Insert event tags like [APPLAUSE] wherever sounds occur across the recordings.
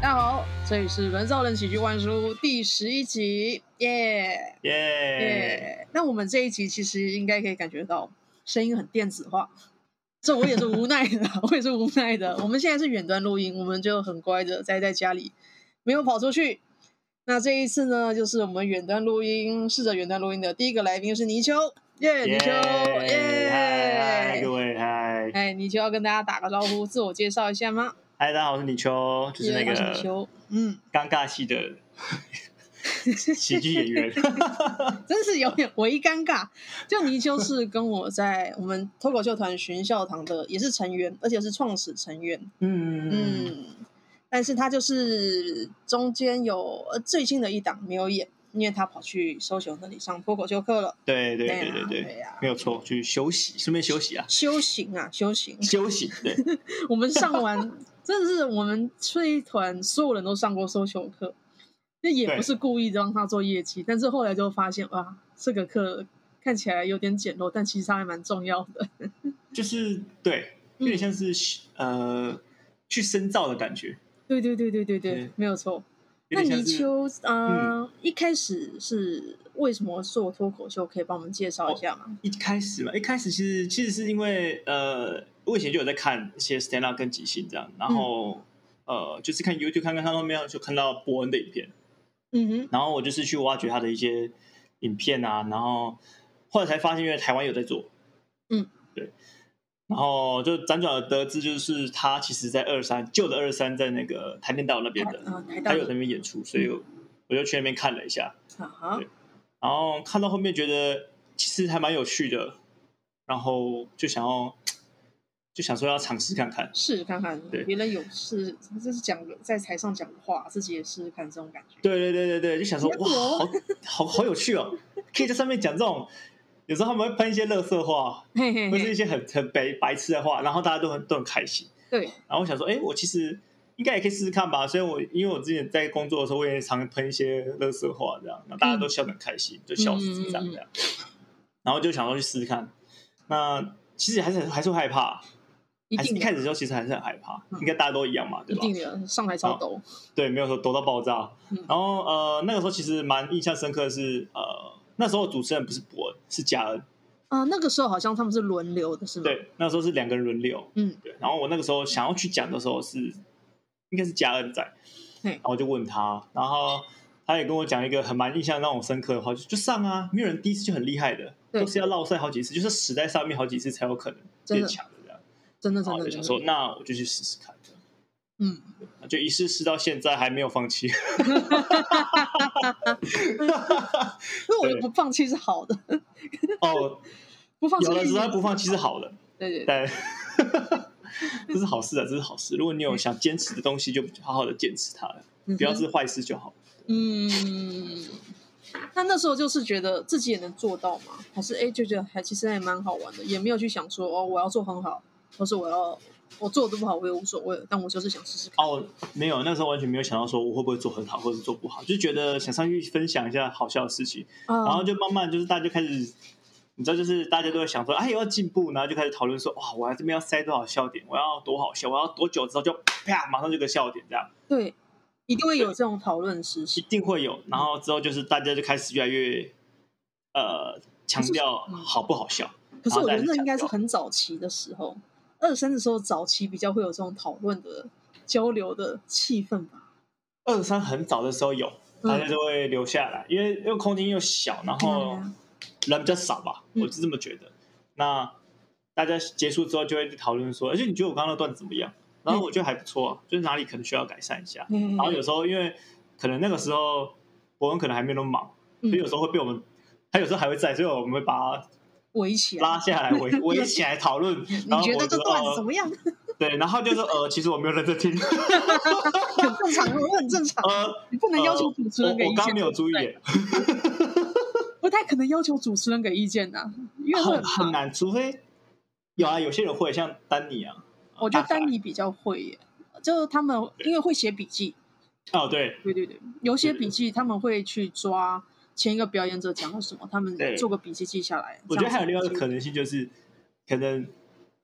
大家好，这里是《人造人喜剧万书》第十一集，耶耶！耶！那我们这一集其实应该可以感觉到声音很电子化，这我也是无奈 [LAUGHS] 的，我也是无奈的。我们现在是远端录音，我们就很乖的待在家里，没有跑出去。那这一次呢，就是我们远端录音，试着远端录音的第一个来宾是泥鳅，耶，泥鳅，耶！嗨嗨，各位嗨哎，泥鳅要跟大家打个招呼，自我介绍一下吗？嗨，大家好，我是李秋，就是那耶个我是泥鳅，嗯，尴尬系的 [LAUGHS] 喜剧演员。真是有点微尴尬。就泥鳅是跟我在我们脱口秀团巡校堂的，也是成员，而且是创始成员。嗯，嗯，但是他就是中间有呃最新的一档没有演，因为他跑去搜球那里上脱口秀课了。对对对对对啊对对啊，没有错，去休息，顺便休息啊，修行啊，修行！ [LAUGHS] 休息。对，我们上完，真的是我们这一团所有人都上过搜球课，那也不对是故意让他做业绩，但是后来就发现哇，这个课看起来有点简陋，但其实它还蛮重要的。就是对，有点像是呃去深造的感觉，对对对对对对对，没有错。有那点泥像是嗯鳅，呃、一开始是为什么做脱口秀？可以帮我们介绍一下吗？一开始嘛，一开始其实其实是因为呃，我以前就有在看一些 stand up 跟即兴这样，然嗯后、呃，就是看 YouTube 看看看到没有，就看到伯恩的影片，嗯哼，然后我就是去挖掘他的一些影片啊，然后后来才发现，原来台湾有在做，嗯，对，然后就辗转而得知，就是他其实在二三旧的二三在那个台电岛那边的，啊，台嗯大他有在的那边演出，所以我就去那边看了一下，啊哈对，然后看到后面觉得其实还蛮有趣的，然后就想要就想说要尝试看看。试试看看，对别人有事，这是讲个在台上讲个话，自己也试试看这种感觉。对对对对对，就想说结哇，果好好好有趣哦，可以在上面讲这种，有时候他们会喷一些垃圾话，嘿嘿或是一嘿，些很很白白痴的话，然后大家都很都很开心。对，然后我想说，哎，我其实应该也可以试试看吧。所以我因为我之前在工作的时候，我也常喷一些垃圾话，这样，然后大家嗯都笑得很开心，就笑死这样这样。然后就想要去试试看。那其实还是还是会害怕，一还是定一开的，始的时候其实还是很害怕，嗯应该大家都一样嘛，一对吧？哦定的，上台超抖。对，没有说抖到爆炸。嗯然后呃，那个时候其实蛮印象深刻的是，呃，那时候主持人不是伯恩，是嘉恩。啊，那个时候好像他们是轮流的，是吗？，对，那时候是两个人轮流。嗯，对，然后我那个时候想要去讲的时候是，应该是嘉恩在，对然后我就问他，然后他也跟我讲一个很蛮印象让我深刻的话，就就上啊，没有人第一次就很厉害的，对都是要落赛好几次，就是死在上面好几次才有可能真的变强的这样。真的然真后我的就真想的，说，那我就去试试看，嗯，那就一试试到现在还没有放弃。 [LAUGHS] 那我觉得对不放弃是好的，哦，不放弃有的时候不放弃，弃是好的，对对对，但 [LAUGHS] 这是好事啊，这是好事。如果你有想坚持的东西，就好好的坚持它了，嗯不要哼是坏事就好。嗯，那那时候就是觉得自己也能做到嘛，还是哎、诶就觉得还其实还蛮好玩的，也没有去想说哦我要做很好，或是我要我做的不好我也无所谓，但我就是想试试看。哦，没有，那时候完全没有想到说我会不会做很好，或者做不好，就觉得想上去分享一下好笑的事情，哦然后啊，就慢慢就是大家就开始，你知道，就是大家都会想说，哎，我要进步，然后就开始讨论说，哇，我这边要塞多少笑点，我要多好笑，我要多久之后就啪，马上就有个笑点，这样对，一定会有这种讨论时一期。定会有。然后之后就是大家就开始越来越，呃，强调好不好笑，可是我觉然得后那再来应该是讲很早期的时候，二三的时候早期比较会有这种讨论的交流的气氛吧。二三很早的时候有，大家嗯，就会留下来，因为因为空间又小，然后人比较少吧，啊嗯我是这么觉得。那大家结束之后就会讨论说，哎而且你觉得我刚刚那段怎么样？然后我觉得还不错、啊，就是哪里可能需要改善一下。嗯然后有时候因为可能那个时候伯恩可能还没那么忙，嗯所以有时候会被我们，他有时候还会在，所以我们会把他围起来，拉下来 [LAUGHS] 围围起来讨论。你然后觉我得这就段子怎呃么样？ [LAUGHS] 对，然后就说呃，其实我没有认真听，很正常，我很正常。呃， [LAUGHS] 你不能要求主持我人给意我见。刚刚没有注意对耶，不太可能要求主持人给意见呐、因为会很很难，除非有啊，有些人会像丹尼啊，我觉得大哦丹傻尼比较会耶，就是他们因为会写笔记，哦对对对对，有写笔记他们会去抓前一个表演者讲了什么，他们对做个笔记记下来。我觉得还有另外一个能。可能性就是，可能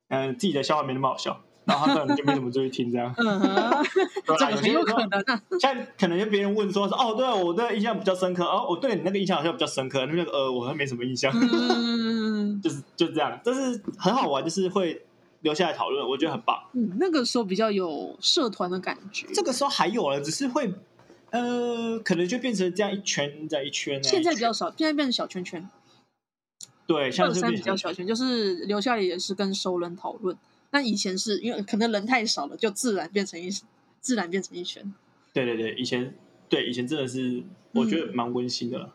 嗯、呃自己的笑话没那么好笑，然后他可能就没怎么注意听这样 [LAUGHS] 嗯哼， [LAUGHS] 对这个啊，有很些有人说可能啊。像可能就别人问说是哦，对啊，我对印象比较深刻，哦，我对你那个印象好像比较深刻，那个呃，我还没什么印象，嗯，就是就这样，但是很好玩，就是会留下来讨论，我觉得很棒。嗯那个时候比较有社团的感觉。这个时候还有了，只是会呃，可能就变成这样一圈再一圈啊那样一圈，现在比较少，现在变成小圈圈，对，像二是三比变较成小圈，就是留下来也是跟熟人讨论。那以前是因为可能人太少了，就自然变成一自然变成一圈。 [LAUGHS] 对对对，以前对以前真的是我觉嗯得蛮温馨的了。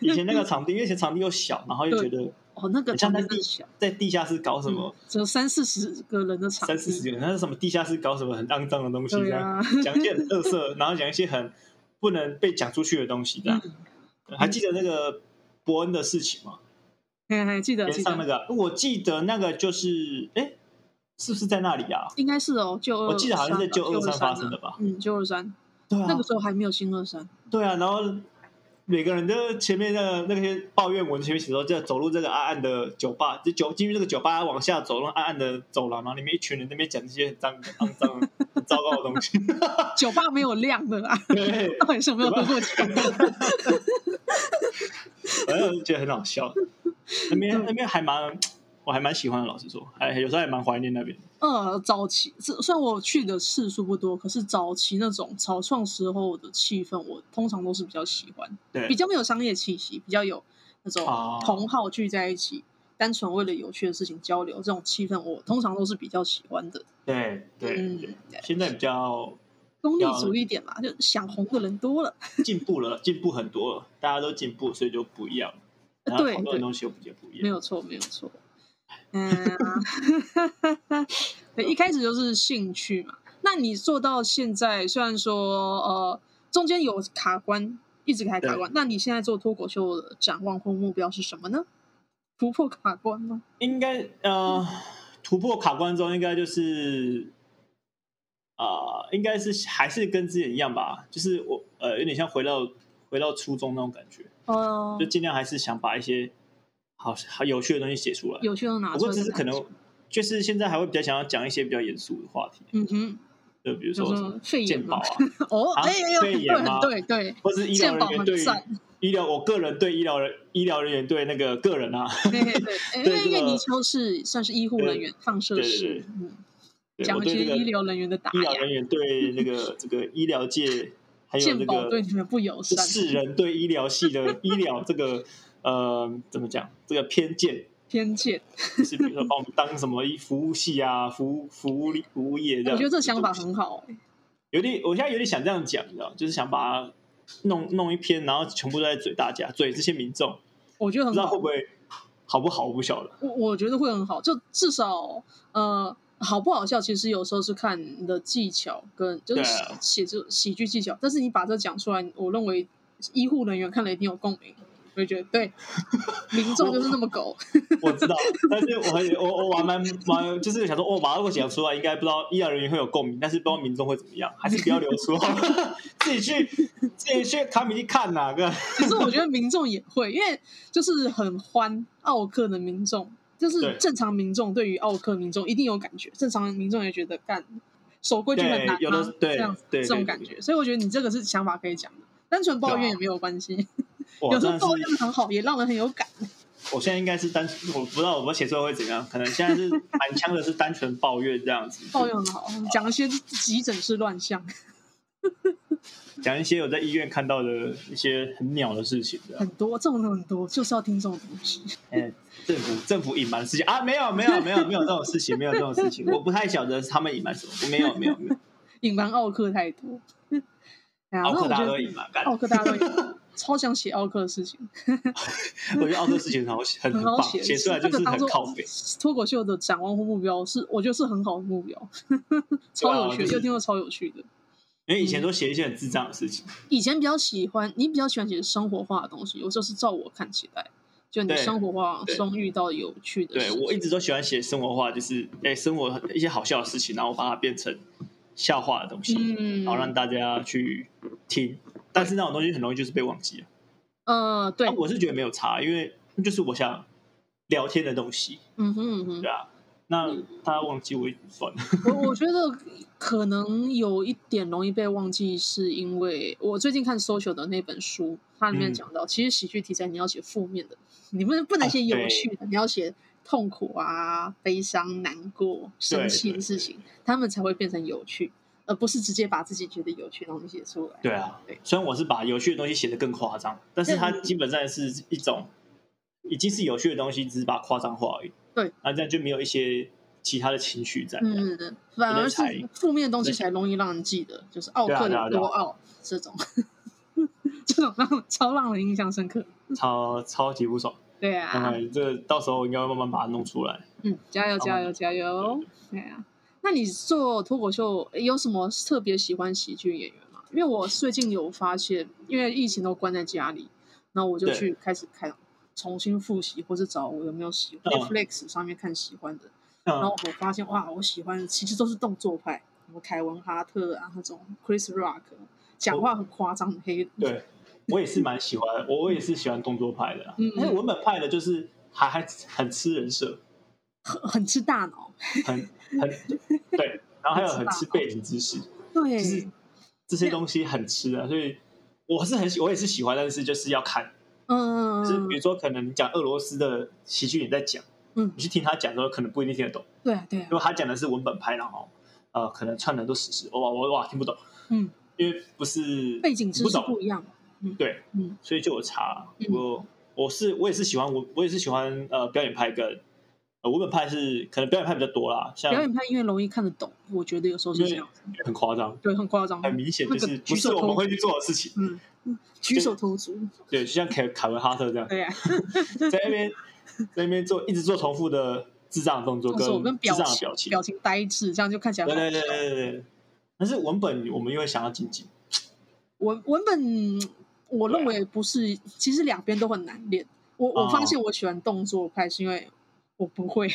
以前那个场地，因为以前场地又小，然后又觉得哦，那个很像场地在地很小，嗯在地下室搞什么只有三四十个人的场地，三四十个人，那是什么地下室搞什么很肮脏的东西这对样。啊， [LAUGHS] 讲一些很特色，然后讲一些很不能被讲出去的东西，这样。嗯还记得那个伯恩的事情吗？嘿嘿，记得连记上那得，个啊，我记得那个就是，哎，是不是在那里啊？应该是哦，就我记得好像是在旧二三发生的吧？嗯，九二三，对那啊个，时候还没有新二三，对啊，然后。每个人的前面的那些抱怨文前面写说，就走入这个暗暗的酒吧，就酒进入这个酒吧往下走，那暗暗的走廊，然后里面一群人在那边讲这些很脏、肮脏、很糟糕的东西。酒吧没有亮的啦， [LAUGHS] 对，到底是有没有喝过酒？反正我就觉得很好笑。那边那边还蛮，我还蛮喜欢的，老实说，还有时候还蛮怀念那边。呃，早期是虽然我去的次数不多，可是早期那种草创时候的气氛，我通常都是比较喜欢，对比，较没有商业气息，比较有那种哦同好聚在一起，单纯为了有趣的事情交流，这种气氛我通常都是比较喜欢的。对对嗯对，现在比较功利要主义一点啦，就想红的人多了，进步了，进步很多了，大家都进步，所以就不一样了。然后对讨论的对东西又也不一没样。有错，没有 [LAUGHS] 错。嗯、对，一开始就是兴趣嘛。那你做到现在，虽然说呃中间有卡关，一直还卡关，那你现在做脱口秀的展望或目标是什么呢？突破卡关吗？应该嗯呃，突破卡关之后，应该就是啊、应该是还是跟之前一样吧，就是我呃，有点像回到回到初中那种感觉，呃就，尽量还是想把一些好好有趣的东西写出来。有趣都拿不出过来这是再可看能，就是现在还会比较想要讲一些比较严肃的话题，嗯哼，就比如就说是什么肺炎健保嘛。啊，哦，啊哎哎呦，肺很炎对，吗很对，对， [LAUGHS] 或是医疗健人保员很对于赞，医疗，我个人对医疗人医疗人员对那个个人啊，对对对，哎因对为这因为个泥鳅是算是医护对人员、放射对对师对，嗯，对讲我一对些这个医疗人员的打医疗压。人员 [LAUGHS] 对那个这个医疗界，还有这鉴宝对个你们不友善，世人对医疗系的医疗这个呃怎么讲这个偏见，偏见。就是比如说把我们当什么医服务系啊，服务服务服务业这样，哎我觉得这想法很好、欸，有点，我现在有点想这样讲，你知道，就是想把它弄弄一篇，然后全部都在嘴大家，嘴这些民众，我觉得不很知道好会。不会好不好，我不晓得。我我觉得会很好，就至少呃好不好笑，其实有时候是看你的技巧跟就是对啊写写这喜剧技巧，但是你把这讲出来，我认为医护人员看了一定有共鸣。我就觉得 [LAUGHS] 对，民众就是那么狗，我知道，但是我还我我还蛮蛮，就是想说，哦，把它我讲出来，应该不知道医疗人员会有共鸣，但是不知道民众会怎么样，还是不要流 [LAUGHS] 出好了，自己去自己去卡米蒂看哪个。其实我觉得民众也会，因为就是很欢奥克的民众，就是对正常民众对于奥克民众一定有感觉，正常民众也觉得干守规矩很难、啊对，有的对这样子对对啊这种感觉，所以我觉得你这个是想法可以讲的，单纯抱怨也没有关系，我有时候真的是抱，怨很好，也让人很有感。我现在应该是单，我不知道我写出来会怎样，可能现在是满腔的是单纯抱怨这样子，抱怨很好，讲一些急诊室乱象，讲一些我在医院看到的一些很鸟的事情，这样。很多这种人很多，就是要听这种东西。哎，政府政府隐瞒的事情啊，没有没有没有没有这种事情，没有这种事情，我不太晓得他们隐瞒什么，没有没有 [LAUGHS] 没有，隐瞒奥克太多。 [LAUGHS] 哎呀奥克那大我觉家都得隐瞒，干奥克大家 [LAUGHS] 都隐瞒超想写奥克的事情，我觉得奥克事情很好很很好棒，写，写出来这就个是当很做靠北，脱口秀的展望或目标是，我觉得是很好的目标， [LAUGHS] 超有趣的，啊就是又听到超有趣的。因为以前都写一些很智障的事情，以前比较喜欢，你比较喜欢写生活化的东西，有时候是照我看起来，就你对生活化对中遇到有趣的事对情。我一直都喜欢写生活化，就是哎生活一些好笑的事情，然后把它变成笑话的东西，嗯然后让大家去听，但是那种东西很容易就是被忘记了，啊呃，对但，我是觉得没有差，因为就是我想聊天的东西，嗯哼嗯哼对，啊，那嗯大家忘记我算了，我我觉得可能有一点容易被忘记，是因为我最近看《social》的那本书，它里面讲到，其实喜剧题材你要写负面的，你不能不能写有趣的，你要写痛苦啊、悲伤、难过、生气的事情，他们才会变成有趣，而不是直接把自己觉得有趣的东西写出来。对啊，对，虽然我是把有趣的东西写得更夸张，但是嗯它基本上是一种已经是有趣的东西，只是把它夸张化而已。对，那这样就没有一些其他的情绪在。这样嗯，嗯反而是负面的东西才容易让人记得，就是奥克对啊有对啊多傲这种，这种让超让人印象深刻。超超级不爽。对啊，嗯，这个到时候应该会慢慢把它弄出来。嗯，加油好啊加吧油加油！对啊，那你做脱口秀有什么特别喜欢喜剧演员吗？因为我最近有发现，因为疫情都关在家里，然后我就对去开始看重新复习，或是找我有没有喜嗯 Netflix 上面看喜欢的，然嗯后我发现哇，我喜欢的其实都是动作派，什么凯文哈特啊那种 Chris Rock，讲话很夸张的黑人，哦对，我也是蛮喜欢，我我也是喜欢动作派的啦。嗯但是文本派的就是还还很吃人设，很很吃大脑，很很对，然后还有很吃背景知识，对，就是这些东西很吃啊，所以我是很喜，我也是喜欢，但是就是要看，嗯，就是比如说可能你讲俄罗斯的喜剧也在讲，嗯你去听他讲的时候，可能不一定听得懂，对啊对啊因，为他讲的是文本派，然后呃，可能串的都史实，哇哇哇听不懂，嗯，因为不是背景知不识懂不，一样，对，嗯所以就有差。嗯我我是我也是喜欢我我也是喜欢呃表演派跟呃文本派是可能表演派比较多啦，像表演派因为容易看得懂，我觉得有时候是这样子，很夸张，对，很夸张，很明显就哦那是个不举是手我们投会足，去做的事情。嗯，嗯举手投足，对，就像凯凯文哈特这样，对啊，在那边在那边做一直做重复的智障的动作动作跟智表障的情表情，表情呆滞，这样就看起来对很好对对笑。对对对。但是文本我们又会想要 [LAUGHS] 精进，文文本，我认啊为不是，其实两边都很难练。我我发哦现我喜欢动作派，是因为我不会，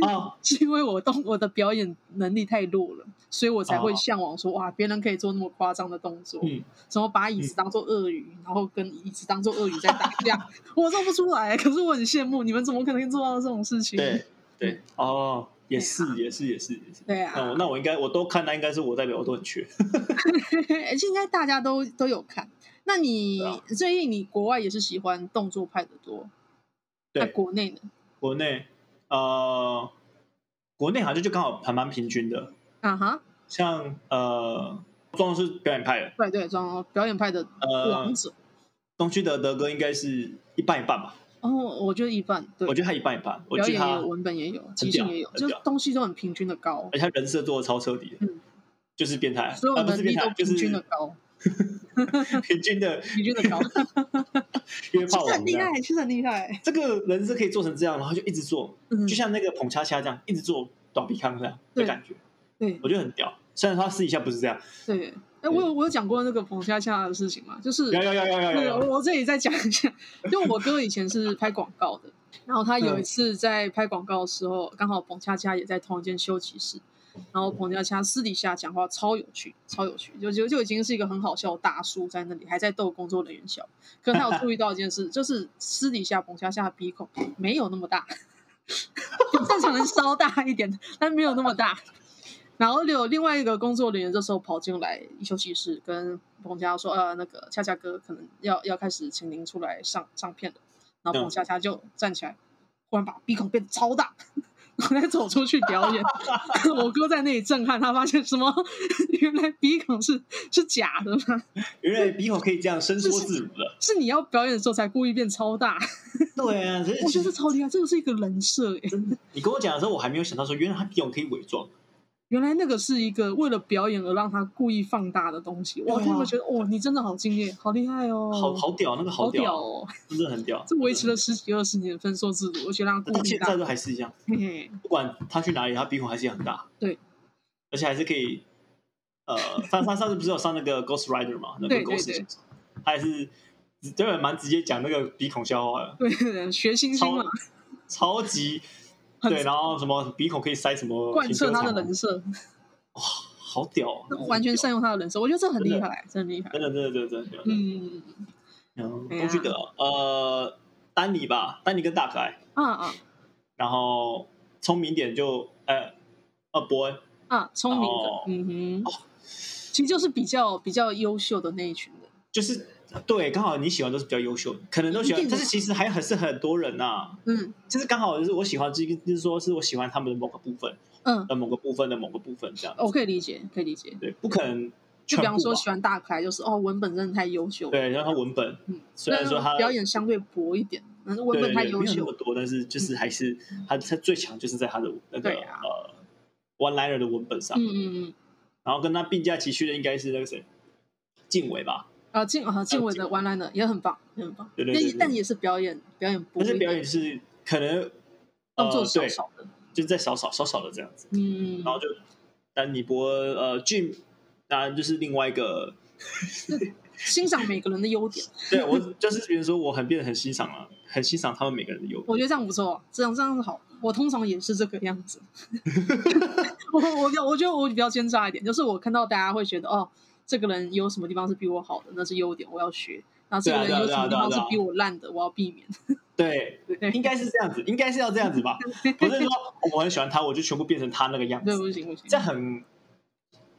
啊，是因为我动我的表演能力太弱了，所以我才会哦向往说哇，别人可以做那么夸张的动作。嗯，什么把椅子当做鳄鱼，然后跟椅子当做鳄鱼在打架， [LAUGHS] 我做不出来。可是我很羡慕你们，怎么可能做到这种事情？对对嗯，哦，也是对也是也是也是。对啊，那我那我应该我都看，那应该是我代表我都很缺。 [LAUGHS] [LAUGHS] 而且应该大家都都有看。那你对啊最近你国外也是喜欢动作派的多，对那国内呢？国内，呃，国内好像就刚好还蛮平均的，啊哈，像呃，庄是表演派的，对对，装哦表演派的呃王，者。东区的德哥应该是一半一半吧，哦，我觉得一半，对我，觉得他一半一半，我嗯表觉得演也他有，，文本也有，即兴也有，很就屌哎是东西都很平均的高，而且他人设做的超彻底的，嗯就是变态，所有啊不能是力变都态，就平均的是高， [LAUGHS] 平均的平均的 [LAUGHS] 高， [LAUGHS] 约其炮 [LAUGHS] 实王很这厉样。害，其实很厉害。这个人设可以做成这样，然后就一直做，嗯就像那个捧恰恰这样，一直做短皮康这样的对感觉，对我觉得很屌。虽然他私底下不是这样，对，哎，我有我有讲过那个冯恰恰的事情嘛，就是有有有有有有对，有，我这里再讲一下，就我哥以前是拍广告的，然后他有一次在拍广告的时候，刚好彭恰恰也在同一间休息室，然后彭恰恰私底下讲话超有趣，超有趣，就就就已经是一个很好笑的大叔在那里，还在逗工作人员笑。可是他有注意到一件事，就是私底下彭恰恰的鼻孔没有那么大，比正常人稍大一点，但没有那么大。然后有另外一个工作人员这时候跑进来休息室，跟彭佳说：“呃，那个恰恰哥可能要要开始请您出来上上片了。”然后嗯彭恰恰就站起来，忽然把鼻孔变超大，然后再走出去表 [LAUGHS] 演。我哥在那里震撼，他发现什么？ [LAUGHS] 原来鼻孔是是假的吗？原来鼻孔可以这样伸缩自如 [LAUGHS] 的。是你要表演的时候才故意变超大？对啊，所以我其觉得实超厉害，这个是一个人设诶、你跟我讲的时候，我还没有想到说，原来他鼻孔可以伪装。原来那个是一个为了表演而让他故意放大的东西，我哇就会觉得，哇，你真的好敬业，好厉害哦，啊好好屌，那个好屌，屌哦！真的很屌。这维持了十几二十年的分数制度，而且让他到故意现大在，都还是一样，嘿嘿，不管他去哪里，他鼻孔还是很大。对，而且还是可以。呃，他他上次不是有上那个 Ghost Rider 嘛？那个对对 Ghost 对先生他还是对蛮直接讲那个鼻孔笑话的，对，学星星嘛，超级很对，然后什么鼻孔可以塞什么贯彻停车他场的人设，好屌哦，完全善用他的人设，我觉得这很真的厉害，真的厉害。真的真的真的真的真的。嗯嗯，对啊东旭德，呃，丹尼吧，丹尼跟大可爱，啊啊，然后聪明一点就呃呃伯恩，啊，聪明的，哦嗯哼，其实就是比较比较优秀的那一群人，就是对，刚好你喜欢都是比较优秀的，可能都喜一欢，定的但是其实还很是很多人呐、嗯就是刚好就是我喜欢，就是就是说是我喜欢他们的某个部分，嗯，呃某个部分的某个部分这样子，我可以理解，可以理解。对，不可能就全比部方说吧喜欢大可爱，就是哦，文本真的太优秀了，对，然后他文本嗯，虽然说他表演相对薄一点，但是文对本对太对，优没有那秀么了，多，但是就是还是他他最强就是在他的那个对啊呃 one liner 的文本上嗯，嗯嗯，然后跟他并驾齐驱的应该是那个谁，静伟吧，啊，静啊静伟的静 One Liner 也很棒，也很棒，对对但对对但也是表演表演薄但一是点，表演就是可能动作呃少对，少的，就是在少少少少的这样子，嗯，然后就丹尼伯呃 Jim，当然就是另外一个，欣赏每个人的优点，[LAUGHS] 对我就是比如说我很变得很欣赏了、很欣赏他们每个人的优点，我觉得这样不错，这样这样子好。我通常也是这个样子。 [LAUGHS] 我我比较我觉得我比较奸诈一点，就是我看到大家会觉得哦，这个人有什么地方是比我好的，那是优点，我要学。然后这个人对啊有对什啊么地方对是啊对啊比我烂的，我要避免。对，对 [LAUGHS] 应该是这样子，应该是要这样子吧，不是说我很喜欢他，我就全部变成他那个样对，子，不行不行这，很，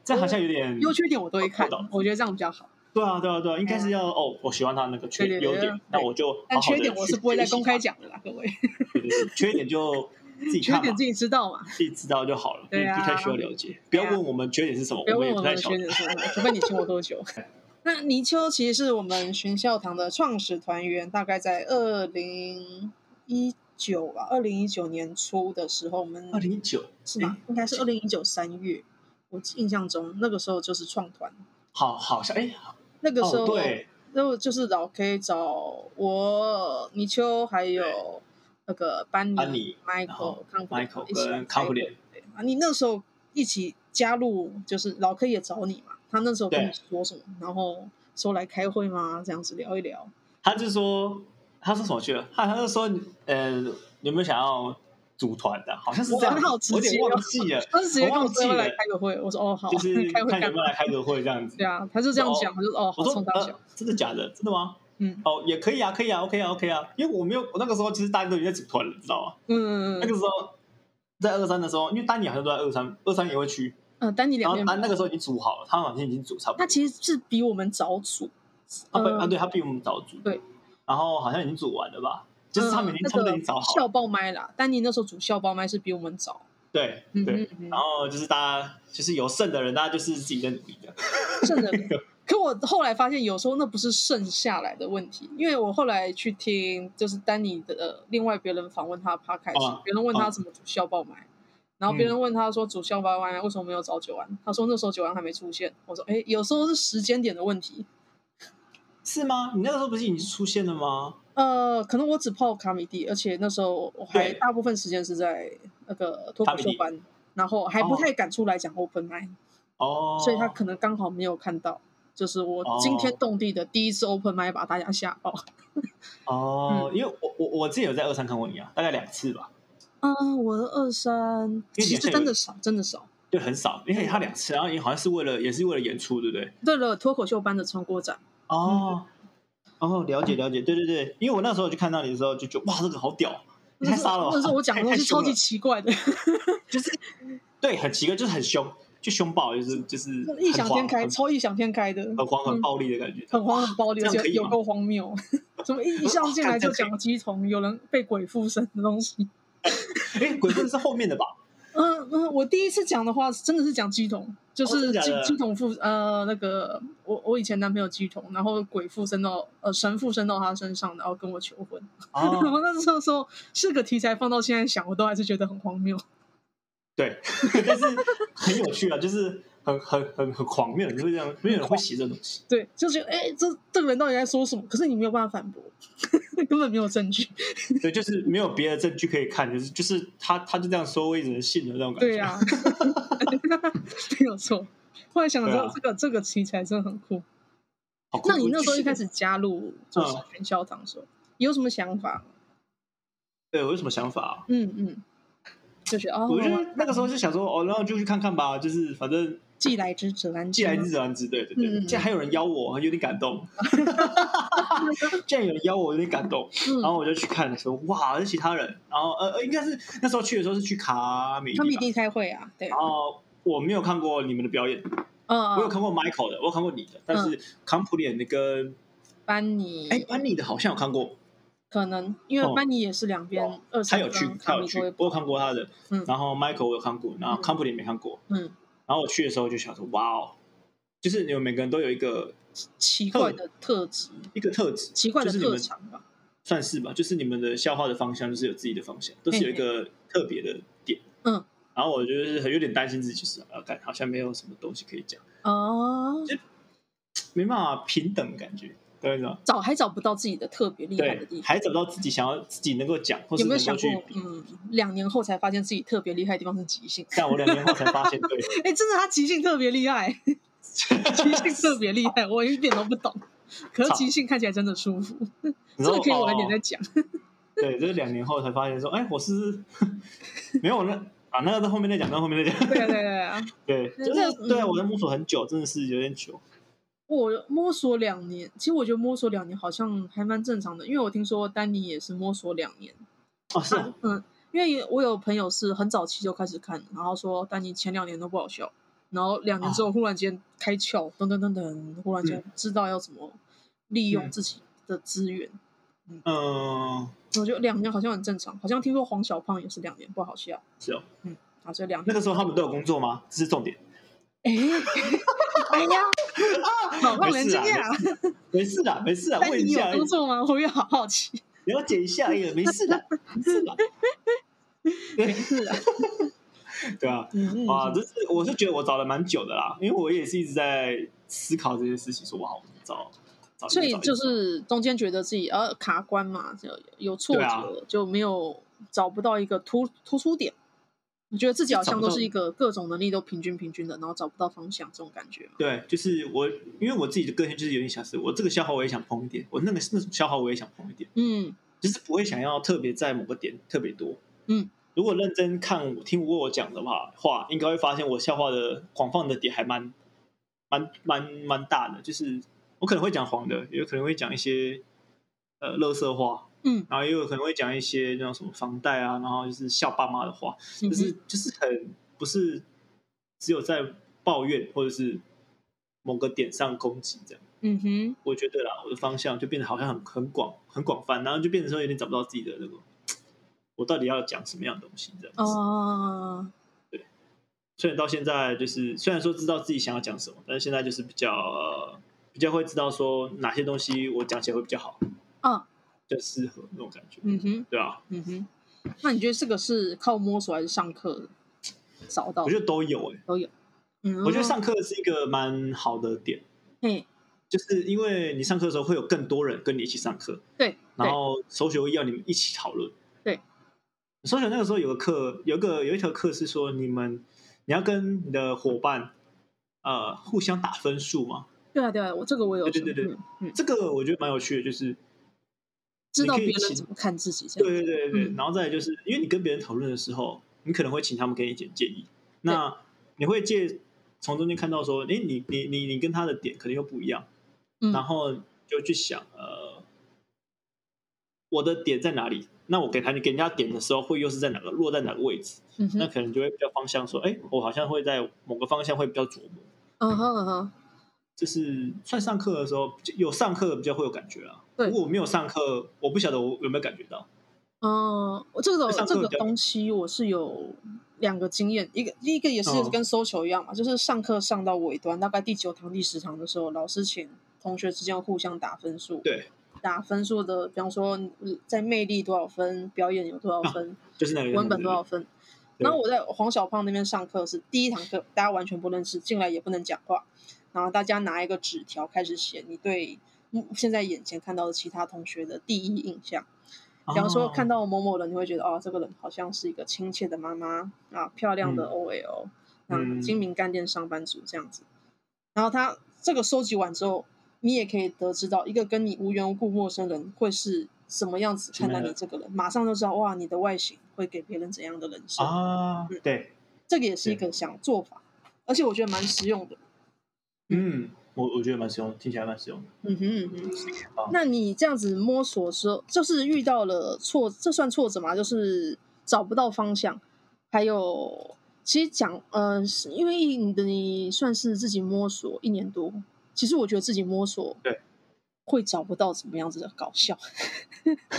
这好像有点，优缺点我都会看我懂，我觉得这样比较好。对啊对啊对啊，应该是要哦，我喜欢他那个缺哎对对对优对点，那我就好好但地缺点我是去不会再学习公开它，讲的啦，各位。对对对缺点就自 [LAUGHS] 己缺看啊点嘛自。己知道嘛，自己知道就好了，对啊不太需要了解。不要问我们缺点是什么，不要我问们也不我太们晓学得。姐说什么，除非你请我多 [LAUGHS] 久。 [LAUGHS] 那泥鳅其实是我们玄校堂的创始团员，大概在二零一九吧，二零一九年初的时候，我们二零一九，是吗？应该是二零一九三月，我印象中那个时候就是创团，好，好像哎，那个时候、哦对，然后就是老 K 找我泥鳅还有那个班尼、班尼 Michael 后、康普 Michael 一起来跟康开普会对啊，你那时候一起加入，就是老 K 也找你嘛，他那时候跟你对说什么？然后说来开会吗？这样子聊一聊。他就说他说什么去了？他他就说呃，你有没有想要组团的？好像是这样我子，很好直我有接点哦忘记了，他是直接跟我我忘记说来了开个会，我说哦好啊，就是 [LAUGHS] 开会干看有没有嘛？来开个会这样子对。啊，他就这样哦讲，我就哦好我说冲大小呃，，真的假的？真的吗？嗯哦，也可以啊，可以啊，OK 啊，OK 啊，因为我没有，我那个时候其实大家都已经在组团了，你知道吗？嗯嗯那个嗯时候在二三的时候，因为丹尼好像都在二三，二三也会去，嗯，丹尼然两后啊边，丹那个时候已经组好了，他好像已经组差不他多，其实是比我们早组，他被呃啊，对他比我们早组，对，然后好像已经组完了吧，就是他们已经嗯差不多已那经个找好校了，报麦啦，丹尼那时候主校报麦是比我们早，对嗯对，哼嗯然后就是大家就是有剩的人，大家就是自己在努力的，哼，剩的。可我后来发现，有时候那不是剩下来的问题，因为我后来去听就是丹尼的、呃、另外别人访问他的 podcast，、哦别人问他怎么主校报麦，然后别人问他说主校报麦为什么没有找九安，他说那时候九安还没出现。我说哎，有时候是时间点的问题，是吗？你那个时候不是已经出现了吗？呃，可能我只泡卡米蒂，而且那时候我还对大部分时间是在那个脱口秀卡米蒂班，然后还不哦太敢出来讲 open m i d 哦，所以他可能刚好没有看到，就是我惊天哦动地的第一次 open m i 把大家吓爆。哦，因为我我我自己有在二三看过你啊，大概两次吧，嗯，我的二三因为其你实好像有真的少，真的少。就很少，因为他两次，然后也好像是为了也是为了演出，对不对？对了，脱口秀班的穿锅展，哦，哦，了解了解，对对对，因为我那时候就看到你的时候就觉得哇，这个好屌，你太杀了吧，那时候我讲的东太西太超凶了级奇怪的，就是对，很奇怪，就是很凶，就凶暴，就是就是 [LAUGHS] 异想天很荒开，嗯很超异想天开的，很荒很暴力的感觉，很荒很暴力，这而样且可以有吗够荒谬。 [LAUGHS] 怎 [LAUGHS] 么一一上进来就讲鸡同，有人被鬼附身的东西？哎，鬼棍是后面的 [LAUGHS] 吧？嗯嗯，我第一次讲的话真的是讲鸡同，就哦是真的假鸡的鸡同附呃那个我我以前男朋友鸡同，然后鬼附身到呃神附身到他身上，然后跟我求婚。 [LAUGHS] 然哦，后那时候说是个题材放到现在想，我都还是觉得很荒谬。对， [LAUGHS] 但是很有趣啊，就是很很很很狂，没有人会这样，没有人会写这种东西，对，就觉得哎，这这个人到底在说什么？可是你没有办法反驳， [LAUGHS] 根本没有证据。对，就是没有别的证据可以看，就是就是他他就这样说，我也只能信了那种感觉，对呀、 [LAUGHS] 啊，没有错。后来想对说啊这个、这个题材真的很酷。好酷那你那时候就是一开始加入就是嗯元宵堂的时候，有什么想法？对我有什么想法啊？嗯嗯，就觉得哦，我觉得那个时候就想说，哦，然后就去看看吧，就是反正既来之则安之既吗。来之则安之，对对对。嗯嗯嗯竟然还有人邀我，有点感 [LAUGHS] 动。竟然有人邀我，有点感动。嗯然后我就去看的时候，哇，是其他人。然后呃呃，应该是那时候去的时候是去卡米他们蒂一吧。定开会啊，对，然后我没有看过你们的表演，嗯，我有看过 Michael 的，我有看过你的，但是康普脸的嗯跟班尼，哎班尼的好像有看过，可能因哦为班尼也是两边二他三有去张，他卡有米去，都会我有看过他的。嗯然后 Michael 我有看过，然后康普脸没看过。嗯然后我去的时候就想说，哇哦，就是你们每个人都有一个奇怪的特质，一个特质，奇怪的就是你特们长吧。算是吧，就是你们的消化的方向就是有自己的方向，都是有一个特别的点。嗯，然后我就是很有点担心自己，就是啊，感好像没有什么东西可以讲，哦，没办法平等感觉，对吗？找还找不到自己的特别厉害的对地，方。还找不到自己想要自己能够讲，或是有没有能想够去过，嗯，两年后才发现自己特别厉害的地方是即兴？ [LAUGHS] 但我两年后才发现，对，哎，真的，他即兴特别厉害， [LAUGHS] 即兴特别厉害，我一点都不懂。 [LAUGHS] 可是操即兴看起来真的舒服，你这知道个可以晚一点哦再讲。对，就是两年后才发现说，哎，我是 [LAUGHS] 不是没有那啊，那个在后面再讲，那个后面再讲。对啊对啊对啊， [LAUGHS] 对，那就是那对啊嗯我在摸索很久，真的是有点久。我摸索两年，其实我觉得摸索两年好像还蛮正常的，因为我听说丹尼也是摸索两年。哦，是啊，嗯，因为我有朋友是很早期就开始看，然后说丹尼前两年都不好笑，然后两年之啊后忽然间开窍，噔噔噔噔，忽然间知道要怎么利用嗯自己的资源。嗯，我觉得两年好像很正常，好像听说黄小胖也是两年不好笑是哦。啊，所以两那年。个时候他们都有工作吗？这是重点。哎， [LAUGHS] 哎呀，好让人没事惊啊讶。没事啦，没事啦，丹问一尼下有而已工，作吗？我也好好奇。了解一下而已，没事 [LAUGHS] 啦，没事啦，没事啊， [LAUGHS] 对啊，嗯嗯啊，这是我是觉得我找了蛮久的啦，因为我也是一直在思考这些事情，说哇，我找找一个，所以找一个就是中间觉得自己呃卡关嘛，就有挫折，对啊就没有找不到一个突突出点。你觉得自己好像都是一个各种能力都平均平均的，然后找不到方向这种感觉吗？对，就是我，因为我自己的个性就是有点想是，我这个消耗我也想碰一点，我那个那种消耗我也想碰一点，嗯就是不会想要特别在某个点特别多。嗯，如果认真看我听过我讲的话话，应该会发现我笑话的广泛的点还蛮蛮蛮蛮大的，就是我可能会讲黄的，也有可能会讲一些呃乐色话，嗯，然后也有可能会讲一些那种什么房贷啊，然后就是笑爸妈的话，嗯就是哼就是很不是只有在抱怨或者是某个点上攻击这样。嗯哼，我觉得啦，我的方向就变得好像很很广很广泛，然后就变成说有点找不到自己的那个，我到底要讲什么样的东西这样子。哦，虽然到现在就是虽然说知道自己想要讲什么，但是现在就是比较、呃比较会知道说哪些东西我讲起来会比较好，啊，比较适合那种感觉，嗯哼，对啊，嗯哼。那你觉得这个是靠摸索还是上课找到我的？觉得都有诶、欸都有。嗯，我觉得上课是一个蛮好的点，嘿，就是因为你上课的时候会有更多人跟你一起上课，对，然对后首选会要你们一起讨论。对，首选那个时候有个课，有一个有一条课是说你们你要跟你的伙伴呃互相打分数嘛。对啊对啊，我这个我有对对对对嗯嗯，这个我觉得蛮有趣的，就是知道你可别以人请怎么看自己这样。对对对对，嗯然后再来就是因为你跟别人讨论的时候，你可能会请他们给你一点建议，那你会借从中间看到说，诶，你你你你跟他的点可能又不一样，嗯然后就去想，呃，我的点在哪里？那我给他你给人家点的时候，会又是在哪个落在哪个位置？嗯那哼，可能就会比较方向说，哎、我好像会在某个方向会比较琢磨。嗯哼嗯哼，就是算上课的时候，有上课比较会有感觉啊。对如果我没有上课，我不晓得我有没有感觉到。嗯，我这个上这课个比较东西我是有两个经验，一个一个也是嗯跟搜球一样嘛，就是上课上到尾端，大概第九堂、第十堂的时候，老师请同学之间互相打分数，对，打分数的，比方说嗯在魅力多少分，表演有多少啊分，就是那个文本多少分。对然后我在黄小胖那边上课是第一堂课，大家完全不认识，进来也不能讲话，然后大家拿一个纸条开始写你对嗯现在眼前看到的其他同学的第一印象。比方说看到到某某人，你会觉得哦，这个人好像是一个亲切的妈妈啊，漂亮的嗯 OL，嗯，嗯精明干练上班族这样子。然后他这个收集完之后，你也可以得知到一个跟你无缘无故陌生人会是什么样子什看么待样你的这个人，马上就知道哇，你的外形会给别人怎样的人生。啊，对这个也是一对个想做法，而且我觉得蛮实用的。嗯，我我觉得蛮实用的，听起来蛮实用的。嗯哼嗯哦哼，那你这样子摸索之后，就是遇到了挫，这算挫折吗？就是找不到方向，还有其实讲呃，是因为你的你算是自己摸索一年多，其实我觉得自己摸索对会找不到怎么样子的搞笑， [LAUGHS]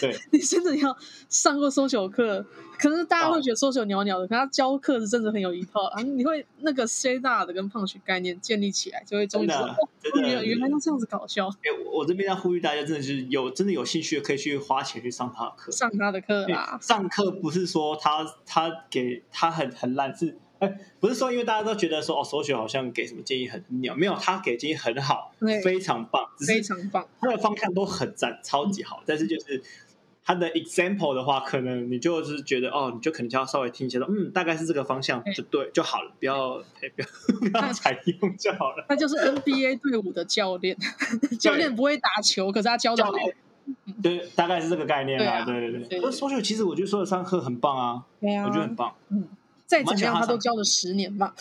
对， [LAUGHS] 你真的要上过搜求课，可能大家会觉得搜求袅袅的，可他教课是真的很有一套，啊，你会那个 C 大的跟胖 u 概念建立起来，就会终于知道，真的啊哦，真的原来原来要这样子搞笑，哎、我我这边要呼吁大家，真的是有真的有兴趣的，可以去花钱去上他的课。上他的啊课对啦，上课不是说他他给他很很烂，是 [LAUGHS] 哎、不是说因为大家都觉得说哦，首选好像给什么建议很很鸟，没有，他给建议很好对，非常棒，只非是常棒。他的方向都很赞，超级嗯好。但是就是他的 example 的话，可能你就是觉得哦，你就可能就要稍微听一下说，嗯，大概是这个方向对就对就好了，不要哎不要不要采用 [LAUGHS] 就好了。他就是 NBA 队伍的教练，教练不会打球，可是他教的好教。练对，大概是这个概念啦。对啊对对对对，那搜秀其实我觉得搜秀上课很棒啊，对啊我觉得很棒。再怎么样蛮喜欢他他都上教了十年吧。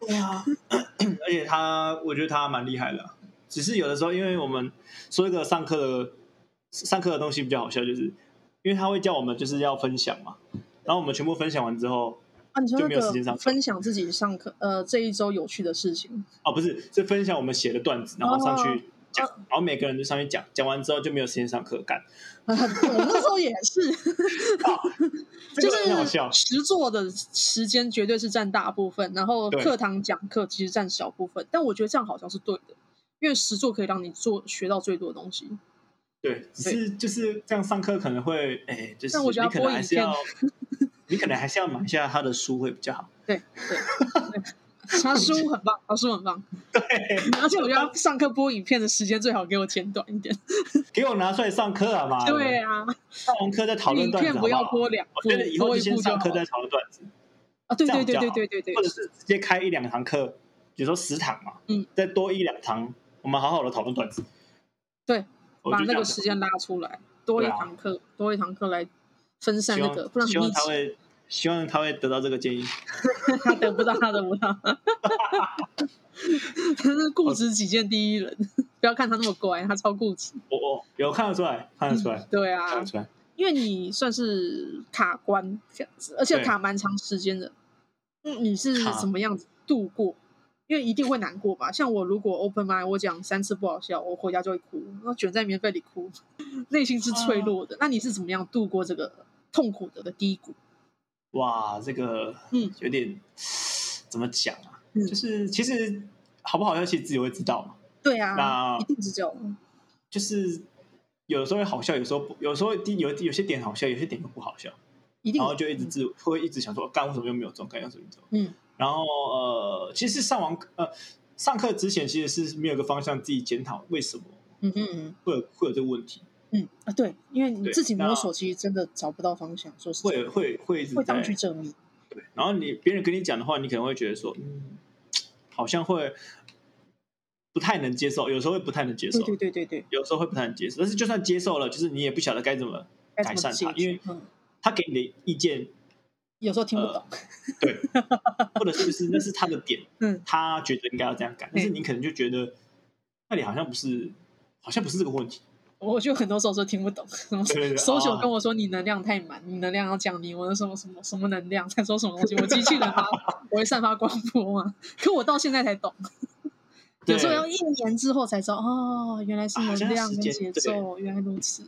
对啊， [CLEARS THROAT] 而且他，我觉得他蛮厉害的啊。只是有的时候，因为我们说一个上课的上课的东西比较好笑，就是因为他会叫我们就是要分享嘛，然后我们全部分享完之后，啊，你说就没有那时间上个课分享自己上课，呃，这一周有趣的事情， [LAUGHS] 哦，不是，是分享我们写的段子，然后上哦去讲，然后每个人就上去讲，讲完之后就没有时间上课干，我那时候也 [LAUGHS] 是，这就个很好笑是。实做的时间绝对是占大部分，然后对课堂讲课其实占小部分。但我觉得这样好像是对的，因为实做可以让你做学到最多的东西。对，只是就是这样上课可能会，哎，就是但我觉得你可能还是要播，你可能还是要买一下他的书会比较好。对对对，他书很 [LAUGHS] 棒，他书很棒。对，而且我觉得他上课播影片的时间最好给我剪短一点。给我拿出来上课啊妈的！对啊，上完课再讨论影段片子好不不要好？播两部我觉得，以后播就一先部就上好课再讨论段子，啊，对这对样对比较对好对对对或，者是直接开一两堂课，比如说十堂嘛，嗯，再多一两堂，我们好好的讨论段子。对，我把就那这样个想时间拉出来，多一对啊堂课，多一堂课来分散希那望个，不然希很密望集他，会希望他会得到这个建议。 [LAUGHS] 他得不到，他得不 [LAUGHS] 到。他是固执己见第一人，不要看他那么乖，他超固执。我我有看得出来，看得出来，对看啊得，出来。因为你算是卡关这样子，而且对卡蛮长时间的。嗯，你是卡什么样子度过？因为一定会难过吧？像我如果 open mind，我讲三次不好笑，我回家就会哭，然后卷在棉被里哭， [LAUGHS] 内心是脆弱的。那你是怎么样度过这个痛苦的低谷？哇，这个嗯有点怎么讲啊？嗯就是其实好不好笑，其实自己会知道嘛。对啊，那一定是这样。就是有的时候会好笑，有时候不，有时候第有有些点好笑，有些点又不好笑，一定然后就一直自会一直想说，干为什么又没有中，干为什么又没有中？嗯，然后呃，其实上完呃上课之前，其实是没有一个方向自己检讨为什么嗯嗯嗯会有会有这个问题，嗯啊，对，因为你对自己摸那索，其实真的找不到方向，说是会会会一直会在当局者迷。对，然后你别人跟你讲的话，你可能会觉得说，嗯，好像会不太能接受，有时候会不太能接受，对对对对对，有时候会不太能接受。但是就算接受了，就是你也不晓得该怎么该改怎么善它解，因决为？嗯，他给你的意见，有时候听不懂。呃 [LAUGHS] 对，或者是就是那是他的点，嗯他觉得应该要这样改，但是嗯你可能就觉得那里好像不是，好像不是这个问题。我就很多时候说听不懂，什么对对对搜索啊跟我说你能量太满，你能量要降低，我说什么什么什么能量，在说什么东西，我机器人 [LAUGHS] 吗？我会散发光波吗？可我到现在才懂，有时候对要一年之后才知道，哦，原来是啊好能像量时跟间节对奏，原来如此。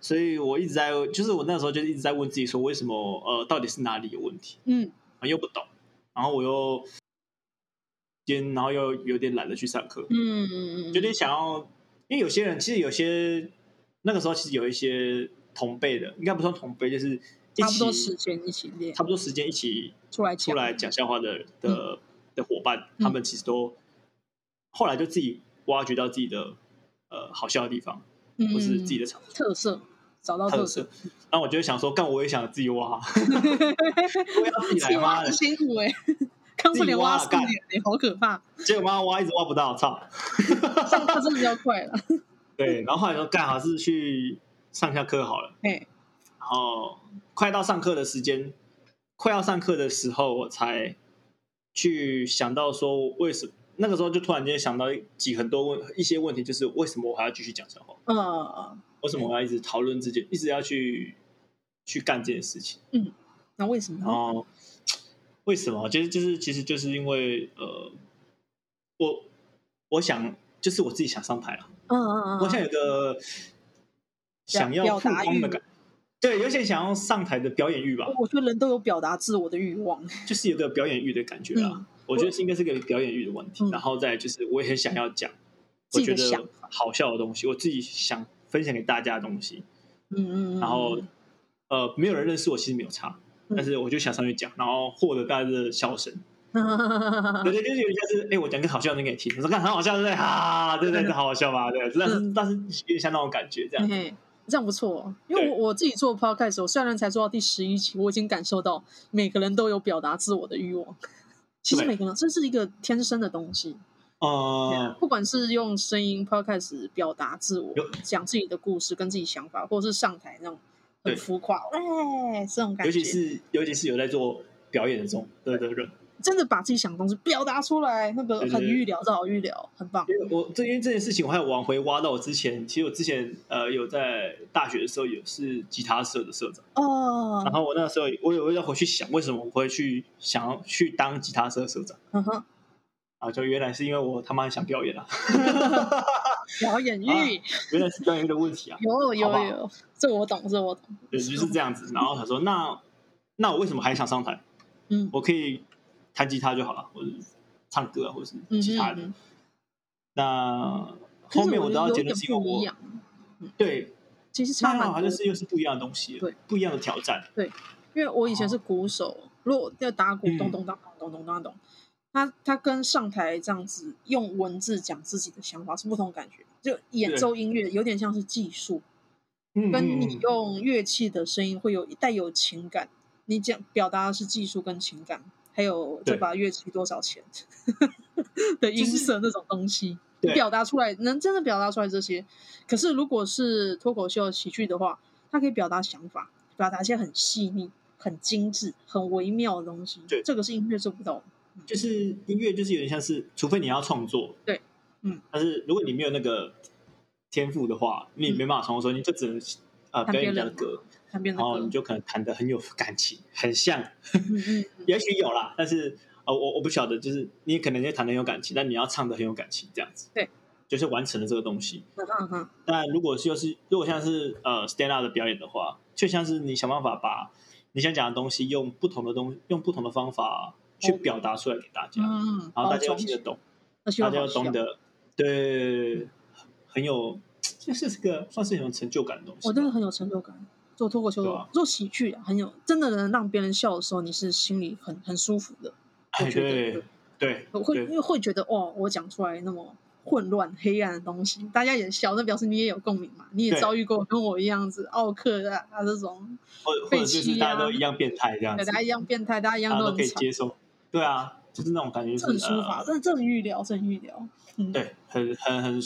所以我一直在，就是我那时候就一直在问自己说，为什么呃，到底是哪里有问题？嗯，啊又不懂，然后我又今然后又有点懒得去上课，嗯嗯嗯，有点想要，因为有些人其实有些那个时候其实有一些同辈的，应该不算同辈，就是一差不多时起间一起练差不多时间一起出来出讲，嗯来讲笑话的的、的伙伴，他们其实都后来就自己挖掘到自己的呃好笑的地方，嗯，或是自己的长特色，找到特色色，，然后我就会想说，干我也想自己 [LAUGHS] 挖，我也要自己自来己妈挖很的，辛苦哎，康复自己连挖挖啊四干年哎，好可怕，结果妈挖一直挖不到，操！上课真的比较快 [LAUGHS] 了，对，然后后来说干还是去上下课好了。哎，然后快到上课的时间，快要上课的时候，我才去想到说为什么那个时候就突然间想到几很多问一些问题，就是为什么我还要继续讲笑话？嗯，为什么我要一直讨论这件，一直要去去干这件事情？那为什然么？后为什么？就是就是其实就是因为呃，我我想就是我自己想上台了。嗯嗯嗯，我想有个想要表曝达光的欲感，对，有些想要上台的表演欲吧，我觉得人都有表达自我的欲望。就是有个表演欲的感觉啦。嗯我觉得是应该是个表演欲的问题，嗯然后再来就是我也很想要讲，自我己觉的得想好笑的东西，我自己想分享给大家的东西，嗯嗯嗯。 [LAUGHS] 然后呃，没有人认识我其实没有差。嗯但是我就想上去讲，然后获得大家的笑声。嗯我觉得就是有点像是，哎、我讲个好笑的东西给你听，我说看很好笑，对不对？哈、啊，对不对？嗯这好好笑吧？对，但是、但是有点像那种感觉这样。嘿，这样不错，因为对我我自己做 podcast 的时候，虽然才做到第十一集，我已经感受到每个人都有表达自我的欲望。其实对每个人这是一个天生的东西，对啊呃，不管是用声音 podcast 表达自我有，讲自己的故事跟自己想法，或者是上台那种很对浮夸，哎，这种感尤觉，其是尤其是有在做表演的这种的的人，真的把自己想的东西表达出来，那个对对很对预料，这好预料，很棒。因为我这因为这件事情，我还有往回挖到我之前，其实我之前呃有在大学的时候有是吉他社的社长，然哦，后我那时候我有要回去想为什么我会去想要去当吉他社的社长嗯哼，啊，就原来是因为我他妈很想 [LAUGHS] 表演啊，表演啊欲，原来是表演的问题啊，有好吧有有，这我懂，这我懂，对，就是这样子。然后他说那那我为什么还想上台？嗯我可以弹吉他就好了，或者是唱歌啊，或者嗯是其他的。嗯嗯那可是后面我我觉得得到有结点论是因为不一我样，对其实差那蛮好多像的。就是又是不一样的东西了，对，不一样的挑战。因为我以前是鼓手，如果要打鼓，啊嗯咚咚当当咚咚当咚，他他跟上台这样子用文字讲自己的想法是不同感觉，就演对奏音乐有点像是技术，嗯跟你用乐器的声音会有带有情感，你讲表达的是技术跟情感，还有这对把乐器多少钱 [LAUGHS] 的音色那种东西，对表达出来能真的表达出来这些。可是如果是脱口秀喜剧的话，它可以表达想法，表达一些很细腻、很精致、很微妙的东西。对这个是音乐做不到的。就是音乐，就是有点像是，除非你要创作，对，嗯，但是如果你没有那个天赋的话，你嗯没办法创作，你就只能呃看表演人别家人的歌，看别人然的后歌你，就可能弹的很有感情，很像，嗯嗯嗯，也许有啦，但是呃，我我不晓得，就是你可能也弹的很有感情，但你要唱的很有感情，这样子，对，就是完成了这个东西。嗯嗯嗯但如果是又是如果像是呃 stand up 的表演的话，就像是你想办法把你想讲的东西用不同的东用不同的方法去表达出来给大家，嗯嗯，然后大包家又装听得懂，那希大望家好又懂笑得，对，很有，就是这个算是很有成就感的东西吧。我真的很有成就感。做脱口秀、对啊做喜剧啊很有，真的能让别人笑的时候，你是心里很很舒服的。我哎，觉得对对对我会对因为会觉得哦，我讲出来那么混乱、黑暗的东西，大家也笑，那表示你也有共鸣嘛，你也对遭遇过跟我一样子奥克啊啊这种，或或者就是大家都一样变态这样对，子大，家一样变态，大家一啊大样家都都可很以惨，接受，对啊，就是那种感觉，这很就是舒服啊，呃这这很预料，这很预料，嗯，，对，很很很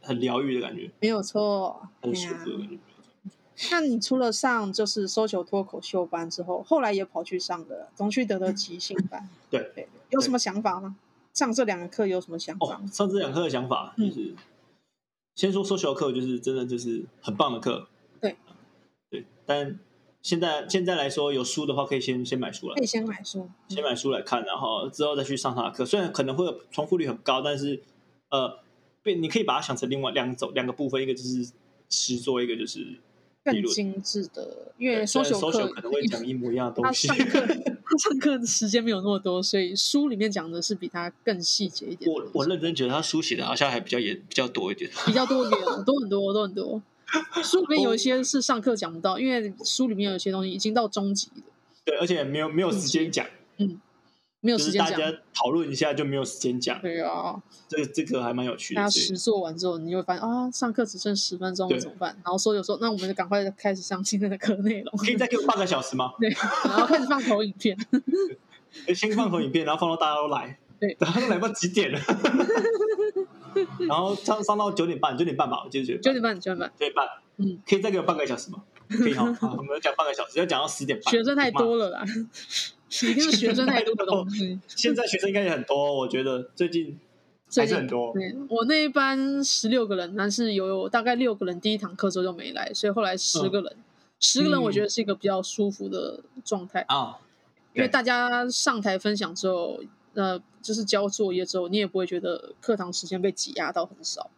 很疗愈的感觉，没有错，很对舒呀服的感觉。那你除了上就是搜求脱口秀班之后，后来也跑去上了中区德的即兴班， [LAUGHS] 对对，有什么想法吗？上这两个课有什么想哦法？，上这两课的想法就嗯是，先说 social 课，就是真的就是很棒的课。对，对，但现在现在来说，有书的话可以先先买书来可，以先买书，嗯先买书来看，然后之后再去上他的课。虽然可能会有重复率很高，但是呃，变你可以把它想成另外两种两个部分，一个就是实作，一个就是理更论。精致的，因为虽搜然 social 课可能会讲一模一样的他东西上， [LAUGHS] 课他上课的时间没有那么多，所以书里面讲的是比他更细节一点的我东我西，认真觉得他书写的好像还比较严比较多一点。比较多元，多很多，多很多。书里面有一些是上课讲不到，因为书里面有一些东西已经到中级了，对，而且没有没有时间讲，没有就时是间大讲。家讨论一下就没有时间讲。对啊，这个这个还蛮有趣大的家，所以实做完之后，你就会发现啊，上课只剩十分钟了，对怎么办？然后所有说，那我们就赶快开始上今天的课内容，可以再给我半个小时吗？对，然后开始放投影片，先放口影片，然后放到 [LAUGHS] 大家都来，对，然后来不知道几点了， [LAUGHS] 然后上上到九点半，九点半吧，我记得九九点半，点半， [LAUGHS] 九点半，九点半，嗯， [LAUGHS] 可以再给我半个小时吗？可以哈，好我们讲半个小时，要讲到十点半，学生太多了啦，一定是学生太多的东 [LAUGHS] 西。现在学生应该也很多，哦我觉得最近最还近是很多。对我那一班十六个人，但是有大概六个人第一堂课之后就没来，所以后来十嗯个人，十、个人我觉得是一个比较舒服的状态，啊，因为对大家上台分享之后，呃，就是交作业之后，你也不会觉得课堂时间被挤压到很少。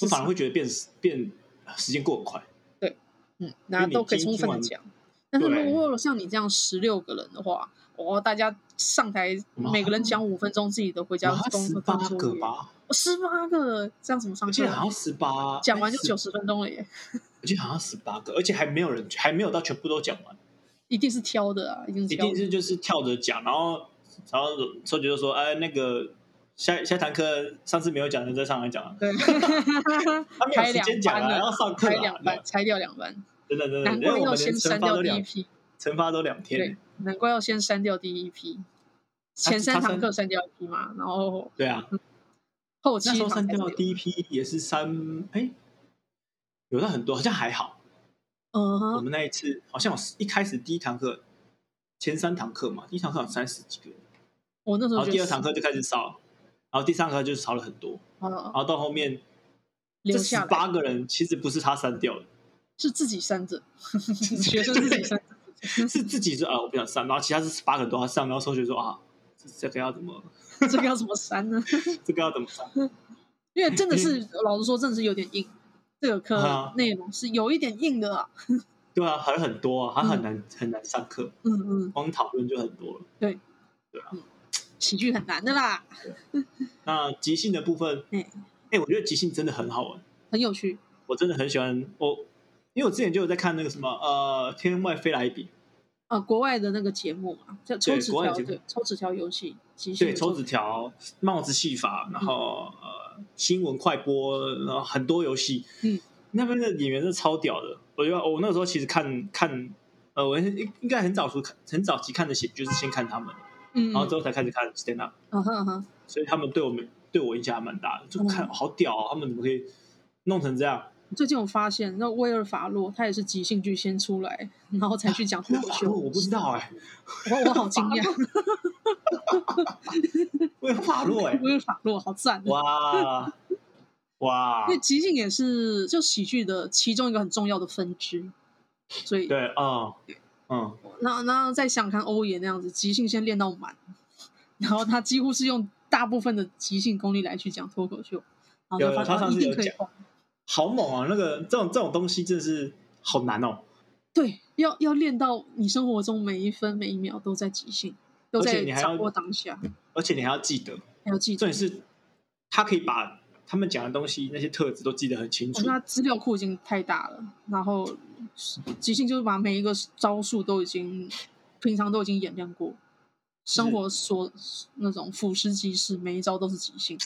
我反而会觉得变变时间过很快。嗯，那都可以充分的讲。但是如果像你这样十六个人的话，哇，大家上台哇每个人讲五分钟，自己的回家我好像功十课八做个业，哦吧，十八个，这样怎么上我记课得好啊？像十八，哎讲完就九十，十分钟了耶，我记得好像十八个，而且还没有人，还没有到全部都讲完，一定是挑的啊，一定是一挑定的。是就是跳着讲，然后然后收局就说，哎，那个下下堂课上次没有讲的再上来讲啊， [LAUGHS] 对，他没开有时两间讲班啊，要了，上课开啊两，班，拆掉两班，真的真的，难因为怪我要们连先惩删罚掉都第一两批，惩罚都两天对，，难怪要先删掉第一批，前他三啊他堂删课删掉一批嘛，然后对啊，后那期时候删掉一的第一批也是三，哎，有到很多，好像还好。嗯我哼，们那一次好像有一开始第一堂课前三堂课嘛，第一堂课有三十几个人，我那时然候后觉得第二堂课就开始少，然后第三堂课就少了很多，啊然后到后面留这十下来八个人其实不是他删掉的，是自己删的， [LAUGHS] 学生自己删 [LAUGHS] 的。是自己说啊我不想删，然后其他是十八个人都要上，然后同学说啊这这个要怎么这个要怎么删呢？这个要怎么上，因为真的 [LAUGHS] 是，老实说，真的是有点硬。这个课啊内容是有一点硬的啊。对啊，还很多啊，他很难、很难上课，嗯嗯，光讨论就很多了。喜剧很难的啦，那即兴的部分，嗯哎、我觉得即兴真的很好玩。很有趣。我真的很喜欢我，因为我之前就有在看那个什么呃《天外飞来一笔》，啊，国外的那个节目嘛，叫抽对纸国外条，的节目对，抽纸条游戏，即兴对，的抽纸条、帽子戏法，然后、呃新闻快播，然后很多游戏，嗯，那边的演员是超屌的。我觉得我那个时候其实看看，呃，我应应该很早出看，很早期看的戏，就是先看他们，嗯，然后嗯之后才开始看 stand up，嗯哼嗯哼，所以他们对我们对我影响还蛮大的，就看、嗯好屌、哦，他们怎么可以弄成这样？最近我发现，那威尔法洛他也是即兴剧先出来，然后才去讲脱口秀。我不知道哎、我我好 [LAUGHS] 惊讶，我有法洛哎、威尔法洛好赞啊。哇哇因，为即兴也是就喜剧的其中一个很重要的分支，所以对，嗯嗯。那那再想看欧爷那样子，即兴先练到满，然后他几乎是用大部分的即兴功力来去讲脱口秀，然后有就发他现上哦一次定有可以讲爆好猛啊！那个这种这种东西真的是好难哦，对，要要练到你生活中每一分每一秒都在即兴，都而且在你还要掌握当下，而且你还要记得，还要记住重。点是他可以把他们讲的东西那些特质都记得很清我楚觉得。他资料库已经太大了，然后即兴就是把每一个招数都已经平常都已经演练过，生活所那种俯拾即是，每一招都是即兴，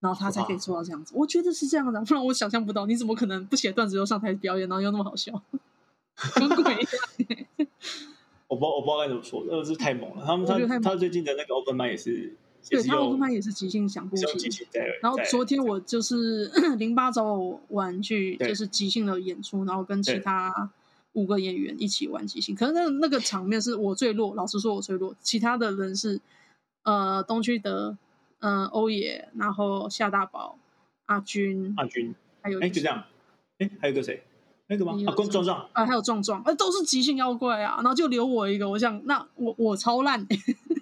然后他才可以做到这样子。我觉得是这样的，不然我想象不到，你怎么可能不写段子就上台表演，然后又那么好笑， [LAUGHS] 跟鬼一样。我不知道我不知道该怎么说，真的是太猛了。他们我觉得太他猛他最近的那个 Open m i 也是，也对是他用们班也是即兴想故是用事机，器在。然后在昨天我就是 [COUGHS] 零八找我玩去，对就是即兴的演出，然后跟其对他五个演员一起玩即兴。可是那个那个场面是我最弱，老实说我最弱，其他的人是呃东区德、嗯、欧野，然后夏大宝、阿军，亚军，还有哎，就这样，哎，还有一个谁？那个吗没？有啊，关壮壮，啊，还有壮壮，呃，都是即兴妖怪啊，然后就留我一个，我想那我我超烂、 [LAUGHS]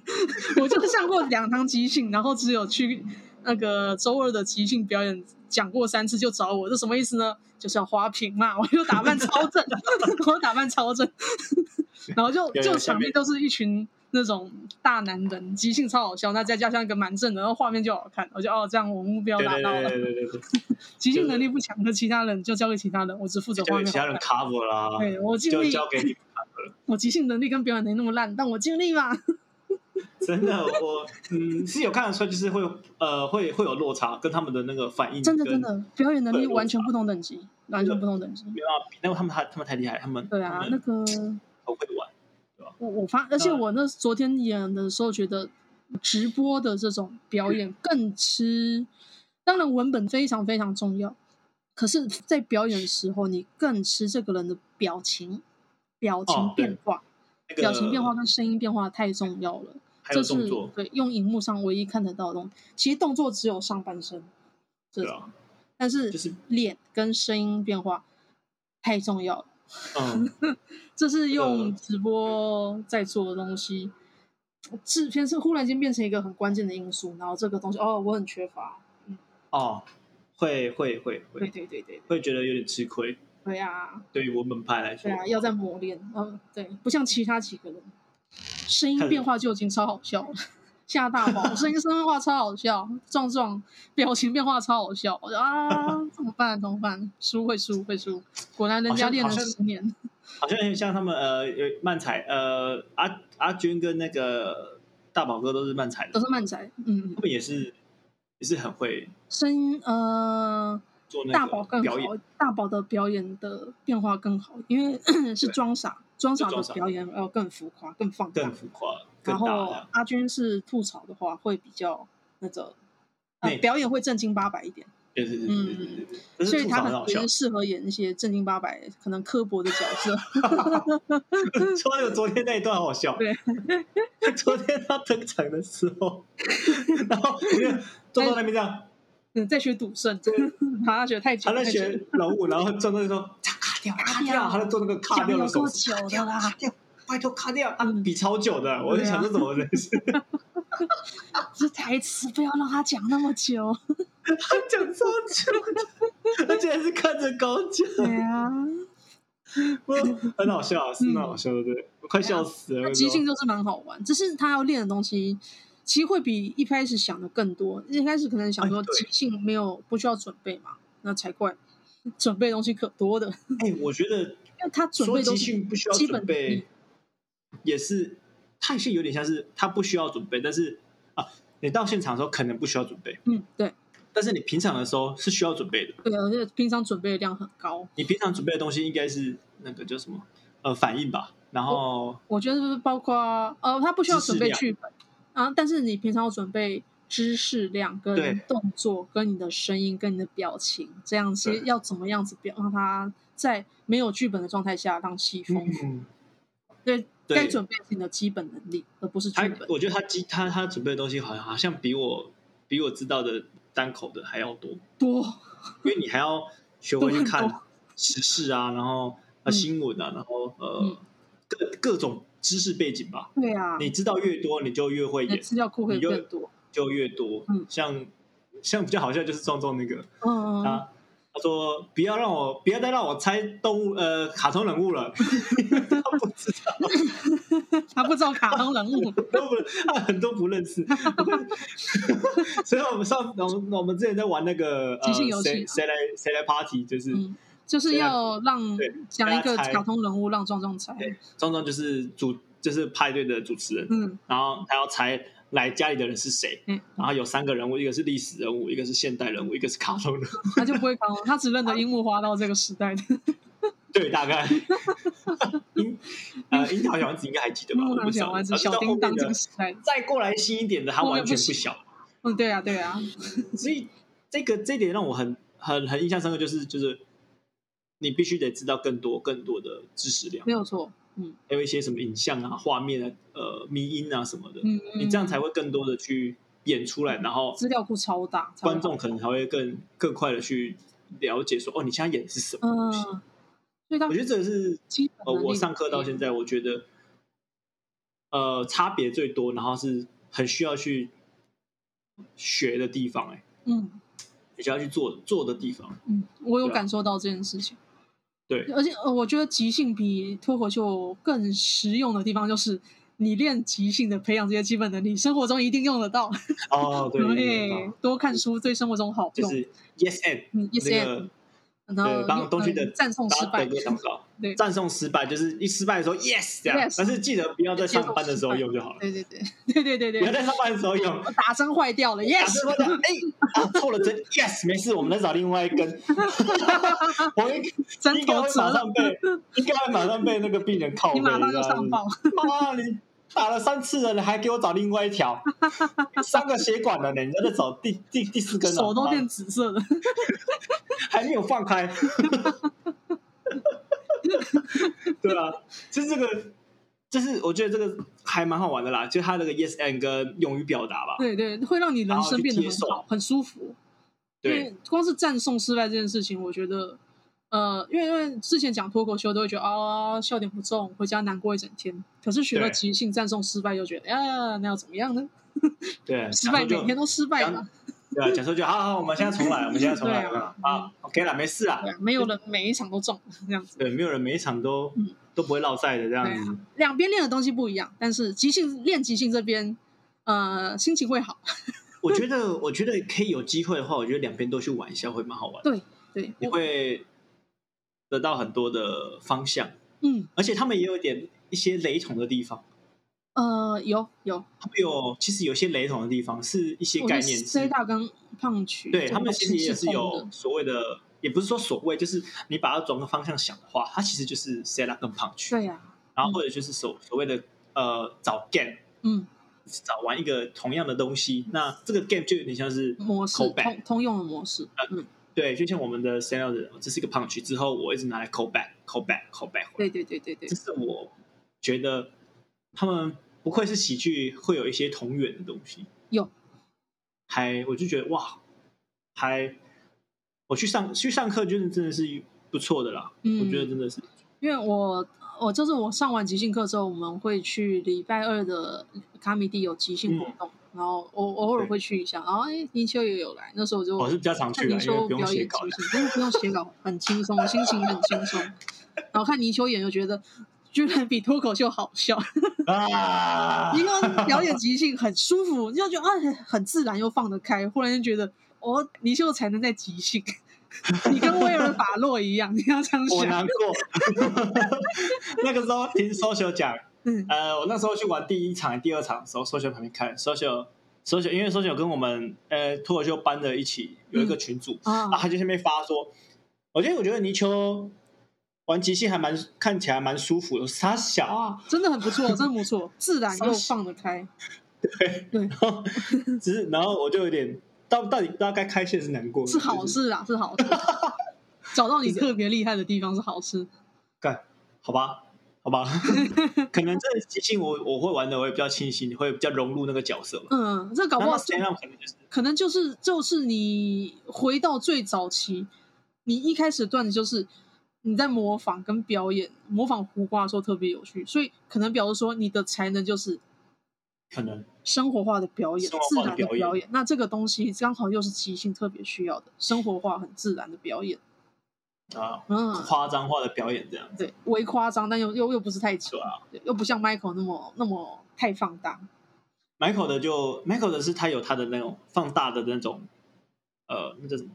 我就上过两堂即兴，然后只有去那个周二的即兴表演讲过三次，就找我，这什么意思呢？就是要花瓶嘛，我就打扮超正， [LAUGHS] 我打扮超正，然后就有就有场地都是一群那种大男人，即兴超好笑，那再加上一个蛮正的，然后画面就好看，我就哦这样我目标对达对到对了，对对对对，即兴能力不强的其他人就交给其他人，我只负责就画有面其他好人看。 cover 啦，对我尽就力，交给你。 [LAUGHS] 我即兴能力跟表演能力那么烂，但我尽力嘛。真的，我嗯是有看得出来，就是会呃会会有落差，跟他们的那个反 [LAUGHS] 应真的跟真的，表演能力对完全不同等级，完全不同等级。没办法比，那个他们太他们太厉害，他们对啊他，那们个很会玩，我我发，而且我那昨天演的时候觉得，直播的这种表嗯演更吃，当然文本非常非常重要，可是，在表演的时候，你更吃这个人的表情、表情哦对变化，那个表情变化跟声音变化太重要了。还有这是动作，对用荧幕上唯一看得到的东西。其实动作只有上半身，这对种，啊，但是就是脸跟声音变化太重要了。嗯，这是用呃直播在做的东西，制片是忽然间变成一个很关键的因素，然后这个东西哦，我很缺乏。哦，会会会对会对对对会觉得有点吃亏，对啊，对于我们派来说对，啊，要在磨练。嗯，对，不像其他几个人，声音看变化就已经超好笑了，吓大宝，声音声音变化超好笑，壮壮表情变化超好笑，我就啊，怎么办？怎么办？输会输会输，果然人好家像练了好像十年。好像有点像他们呃，有漫才呃，阿阿军跟那个大宝哥都是漫才都的，是漫仔，嗯，嗯他们也是也是很会声音呃，做那大宝个更表演好，，大宝的表演的变化更好，因为 [CLEARS THROAT] 是对装傻，装傻是的装傻表演要更浮夸、更放更大。浮夸、然更大后的。阿军是吐槽的话，会比较那个，呃内，表演会正经八百一点，对对对对对对对，所是以吐他槽可很能好笑也。适合演一些正经八百、可能刻薄的角色。 [LAUGHS] [LAUGHS] 说到有昨天那一段好笑，对， [LAUGHS] 昨天他登场的时候，然后那个坐到那边这样，嗯，在学赌圣，他学太久，他在太学久老五，然后壮壮就说卡掉哎卡掉，他在做那个卡讲掉的有手多势，久了啦？拜托卡掉，啊嗯，比超久的，我就对啊想这怎么回事？这台词不要让他讲那么久。 [LAUGHS] 他讲超久，而且还是看着高讲，对啊，不过很好笑，啊是蛮好笑的，对，我快笑死了。那我即兴说就是蛮好玩，只是他要练的东西，其实会比一开始想的更多。一开始可能想说哎对即兴没有不需要准备嘛，那才怪，准备的东西可多的， [LAUGHS] 因哎，我觉得为他准说备即都是兴不需要基本准能力备，也是它也是有点像是他不需要准备，但是啊，你到现场的时候可能不需要准备，嗯，对但是你平常的时候是需要准备的。对，而且平常准备的量很高。你平常准备的东西应该是那个叫什么呃反应吧，然后我觉得是包括呃，他不需要准备知识剧本啊，但是你平常要准备知识量、跟对动作、跟你的声音、跟你的表情，这样其实对要怎么样子表让他在没有剧本的状态下让戏丰富。嗯，对，对该准备是你的基本能力，而不是剧他本。我觉得他基他他准备的东西好像好像比我比我知道的单口的还要多，多因为你还要学会去都看很多时事啊，然后嗯呃新闻啊，然后嗯呃各各种知识背景吧。对啊，你知道越多，你就越会你的演，资料库会你就更多。就越多。嗯像像比较好笑就是壮壮那个嗯，嗯他他说不要让我不要再让我猜动物呃卡通人物了， [LAUGHS] 他不知道，他不知道卡通人物，都不他很多不认识。 [LAUGHS] 所以我们上我们我们之前在玩那个即呃兴游戏谁谁来谁来 party，就是嗯，就是对啊要让对讲一个大家猜卡通人物让壮壮猜。对壮壮就是主就是派对的主持人，嗯然后他要猜来家里的人是谁，嗯，然后有三个人物，一个是历史人物，一个是现代人物，一个是卡通人物， [LAUGHS] 他就不会卡通，他只认得樱木花道这个时代的。对，大概 [LAUGHS] 樱呃樱桃小丸子应该还记得吧？木我兰不晓小得啊丸子、然后就小到后叮面当这的个时代的，再过来新一点的，他后面完全不不行小，嗯，对啊，对啊，所以这个这一点让我很很很印象深刻，就是就是你必须得知道更多更多的知识量没，有错，嗯还有一些什么影像啊、画面啊、呃迷音啊什么的，嗯，你这样才会会更多的去演出来，然后资料库超大，才会观众可能才会更更快的去了解说，哦，你现在演的是什么嗯东西？，所以他我觉得这个是基本呃，能力我上课到现在，我觉得呃差别最多，然后是很需要去学的地方、欸，哎，嗯很需要去做做的地方。嗯，我有对啊感受到这件事情。对，而且呃，我觉得即兴比脱口秀更实用的地方就是，你练即兴的培养这些基本能力，生活中一定用得到。哦，对，对多看书对生活中好就用。是 yes and 嗯，yes 那个 and，然后对帮东区呃的赞颂失大家败得，歌祷告，对赞颂失败就是一失败的时候 yes 这样 Yes，但是记得不要在上班的时候用就好了，对对对对对对不要对，在上班的时候用。我打针坏掉了打字，yes，会讲哎，啊错了针，yes，没事，我们再找另外一根。 [LAUGHS] 我应针应该头会折马了上。被，应该会马上被那个病人靠你背，马上就上报，妈，你打了三次了，你还给我找另外一条，三个血管了呢，人家在找第第第四根了，手都妈变紫色的。还没有放开。 [LAUGHS] 对啊，就这个，就是我觉得这个还蛮好玩的啦，就他那个 yes and 跟勇于表达吧。对对，会让你人生变得然后去接很受好，很舒服。因对为光是赞颂失败这件事情，我觉得，呃，因为因为之前讲脱口秀都会觉得啊、笑点不中，回家难过一整天。可是学了对即兴赞颂失败，就觉得哎呀，那要怎么样呢？对，失败假设就每天都失败嘛，对啊，假设就好好，我们现在重来，我们现在重来嗯对啊啊，OK 啦，没事啦对。啊没有人每一场都中这样子。对，没有人每一场都嗯都不会落赛的这样对啊子。两边练的东西不一样，但是即兴练即兴这边，呃，心情会好。我觉得，我觉得可以有机会的话，我觉得两边都去玩一下会蛮好玩的，对对，你我会得到很多的方向，嗯而且他们也有点一些雷同的地方。呃有有，他们有其实有些雷同的地方是一些我概觉得念 C 是，大跟胖曲对这他们种其东实西也是是通有的所谓的，也不是说所谓，就是你把它转个方向想的话，它其实就是 set up 跟 punch，对呀、啊然后或者就是所所谓的呃找 game 嗯，找完一个同样的东西，那这个 game 就有点像是模式 callback 通通用的模式，嗯，对，就像我们的 stand out 的，这是一个 punch 之后，我一直拿来 call back call back call back，回对来对对对对这，是我觉得他们不愧是喜剧，会有一些同源的东西。有，还我就觉得哇，还我去上去上课，就是真的是不错的啦。嗯我觉得真的是因为我我就是我上完即兴课之后，我们会去礼拜二的卡米蒂有即兴活动，然后我我偶尔嗯对会去一下，然后哎林秋也有来，那时候我就我、是比较常看去泥的，因为鳅不用表写演稿即。兴，真的不用写稿，很轻松，心情很轻松，然后看泥鳅演就觉得。居然比脱口秀好笑，啊因为表演即兴很舒服，你就觉得啊很很自然又放得开，忽然就觉得哦，泥鳅才能在即兴， [LAUGHS] 你跟威尔法洛一样，你要这样我想，难过。 [LAUGHS] 那个时候听 social 讲，嗯呃，我那时候去玩第一场、第二场的时候，social 旁边看 social social，因为 social 跟我们呃脱口秀班的一起有一个群组，啊啊，，他就下面发说，我觉得我觉得泥鳅玩即兴还蛮看起来蛮舒服的，傻小啊，真的很不 [LAUGHS] 错，真的不错，自然又放得开。对，然后 [LAUGHS] 只是然后我就有点到到底大概开线是难过的，是好就是事啊，是 [LAUGHS] 好事。找到你特别厉害的地方是好事。干，好吧，[LAUGHS] 好吧，可能这即兴我我会玩的，我也比较清晰，会比较融入那个角色吧。嗯，这搞不那好那就 stand up 可能就是可能就是就是你回到最早期，你一开始段子就是你在模仿跟表演，模仿胡瓜的时候特别有趣，所以可能表示说你的才能就是可能生活化的表演，生活自化的然的表演表演。那这个东西刚好又是即兴特别需要的，生活化很自然的表演。啊嗯，夸张化的表演这样，对，微夸张，但又又又不是太扯对啊。对，又不像 Michael 那么那么太放大。 Michael 的就 Michael 的是他有他的那种放大的那种，呃，那叫什么？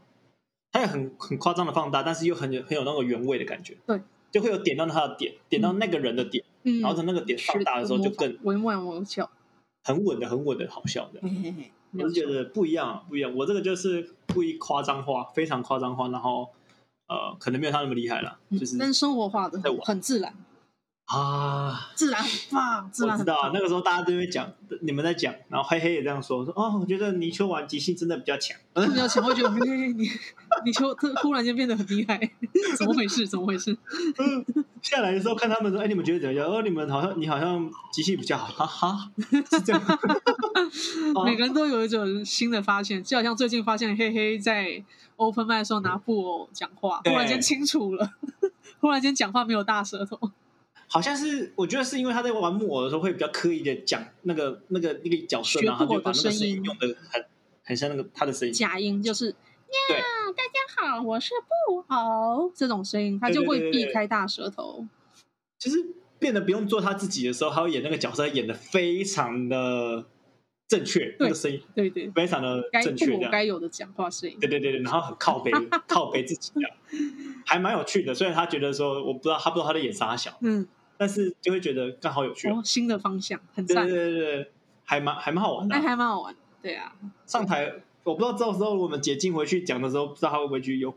他也很很夸张的放大，但是又很有很有那个原味的感觉。对，就会有点到他的点，点到那个人的点，嗯，然后在那个点放大的时候就更惟妙惟肖。很稳的、很稳的好笑的。嘿嘿嘿，没有我是觉错得不一样，不一样。我这个就是故意夸张化，非常夸张化，然后呃，可能没有他那么厉害了，嗯就是但是生活化的在玩很自然，啊，自然很棒，自我然知很道啊棒。那个时候大家都会讲，你们在讲，然后黑黑也这样说，说哦，我觉得泥鳅玩即兴真的比较强。 [LAUGHS] 比较强，会觉得嘿嘿嘿你 [LAUGHS] 你就突突然间变得很厉害， [LAUGHS] 怎么回事？怎么回事？呃下来的时候看他们说，哎，你们觉得怎么样？哦，你们好像你好像即兴比较好， [LAUGHS] 哈哈，是这样。哦每个人都有一种新的发现，就好像最近发现黑黑在 open mic 的时候拿布偶讲话，忽对然间清楚了， [LAUGHS] 忽然间讲话没有大舌头。好像是我觉得是因为他在玩木偶的时候会比较刻意的讲那个那个那个角色，学然后他木偶就的把那个声声音音用的很很像那个他的声音。假音，就是对呀，大家好，我是布偶这种声音，他就会对对对避对开大舌头。就是变得不用做他自己的时候，他会演那个角色，演的非常的正确，那个声音对对，非常的该正布确，这偶样。该有的讲话声音。对对对，对然后很靠背，靠背自己这样，还蛮有趣的。虽然他觉得说，我不知道他不知道他在演啥小，嗯，但是就会觉得刚好有趣哦。哦，新的方向，很对对赞，对对，对还蛮还蛮好玩的那啊、还蛮好玩。对啊，上台我不知道到时候我们解禁回去讲的时候，不知道他会不会去用。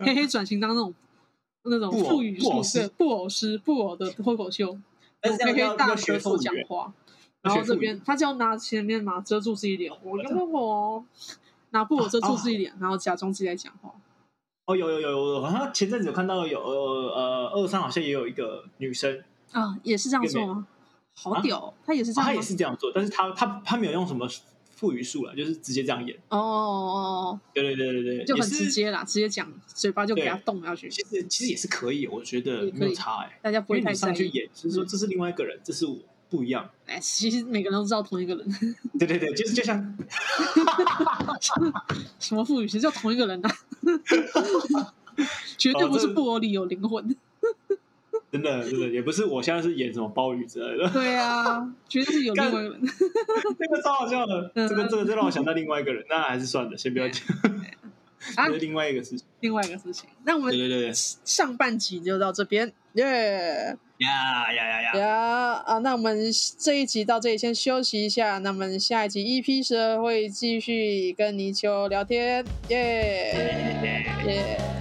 黑黑转型当那种那种布偶赋予布宿偶师舍布偶师布偶的脱口秀，但是黑要黑要大要舌学头复讲原，话，要然后学这腹语边他就要拿前面嘛遮啊住自己脸，我跟我拿布偶遮住自己脸，然后假装自己在讲话。哦，有有有有，好像前阵子有看到有呃二三好像也有一个女生，啊，也是这样做吗？好啊屌哦，他也是这样她吗，也是这样做，但是她她她没有用什么副语数了，就是直接这样演。哦哦哦对对对对对，哦，就也很是直。接啦，直接讲，嘴巴就给他对动下去，其实其实也是可以，我觉也得可以没有差哎、大家不因会为太你在上去意。嗯演，就是说这是另外一个人，这是我不一 [LAUGHS] 样。哎，其实每个人都知道同一个人， [LAUGHS] 对对对，就是就像什么赋予，谁叫同一个人啊？ [LAUGHS] 绝对哦不是这布偶里有灵魂。真的真的，也不是我现在是演什么鲍鱼之类的， [LAUGHS] 对啊，绝对是有另外一个人。这个超好笑的。嗯这个这个就让我想到另外一个人，那还是算了，先不要讲。 [LAUGHS] 啊这是另外一个事情。另外一个事情，那我对们对对，上半集就到这边，耶 [LAUGHS] 呀呀呀呀！呀啊！那我们这一集到这里先休息一下，那我们下一集 E EP 十二会继续跟泥鳅聊天，耶耶。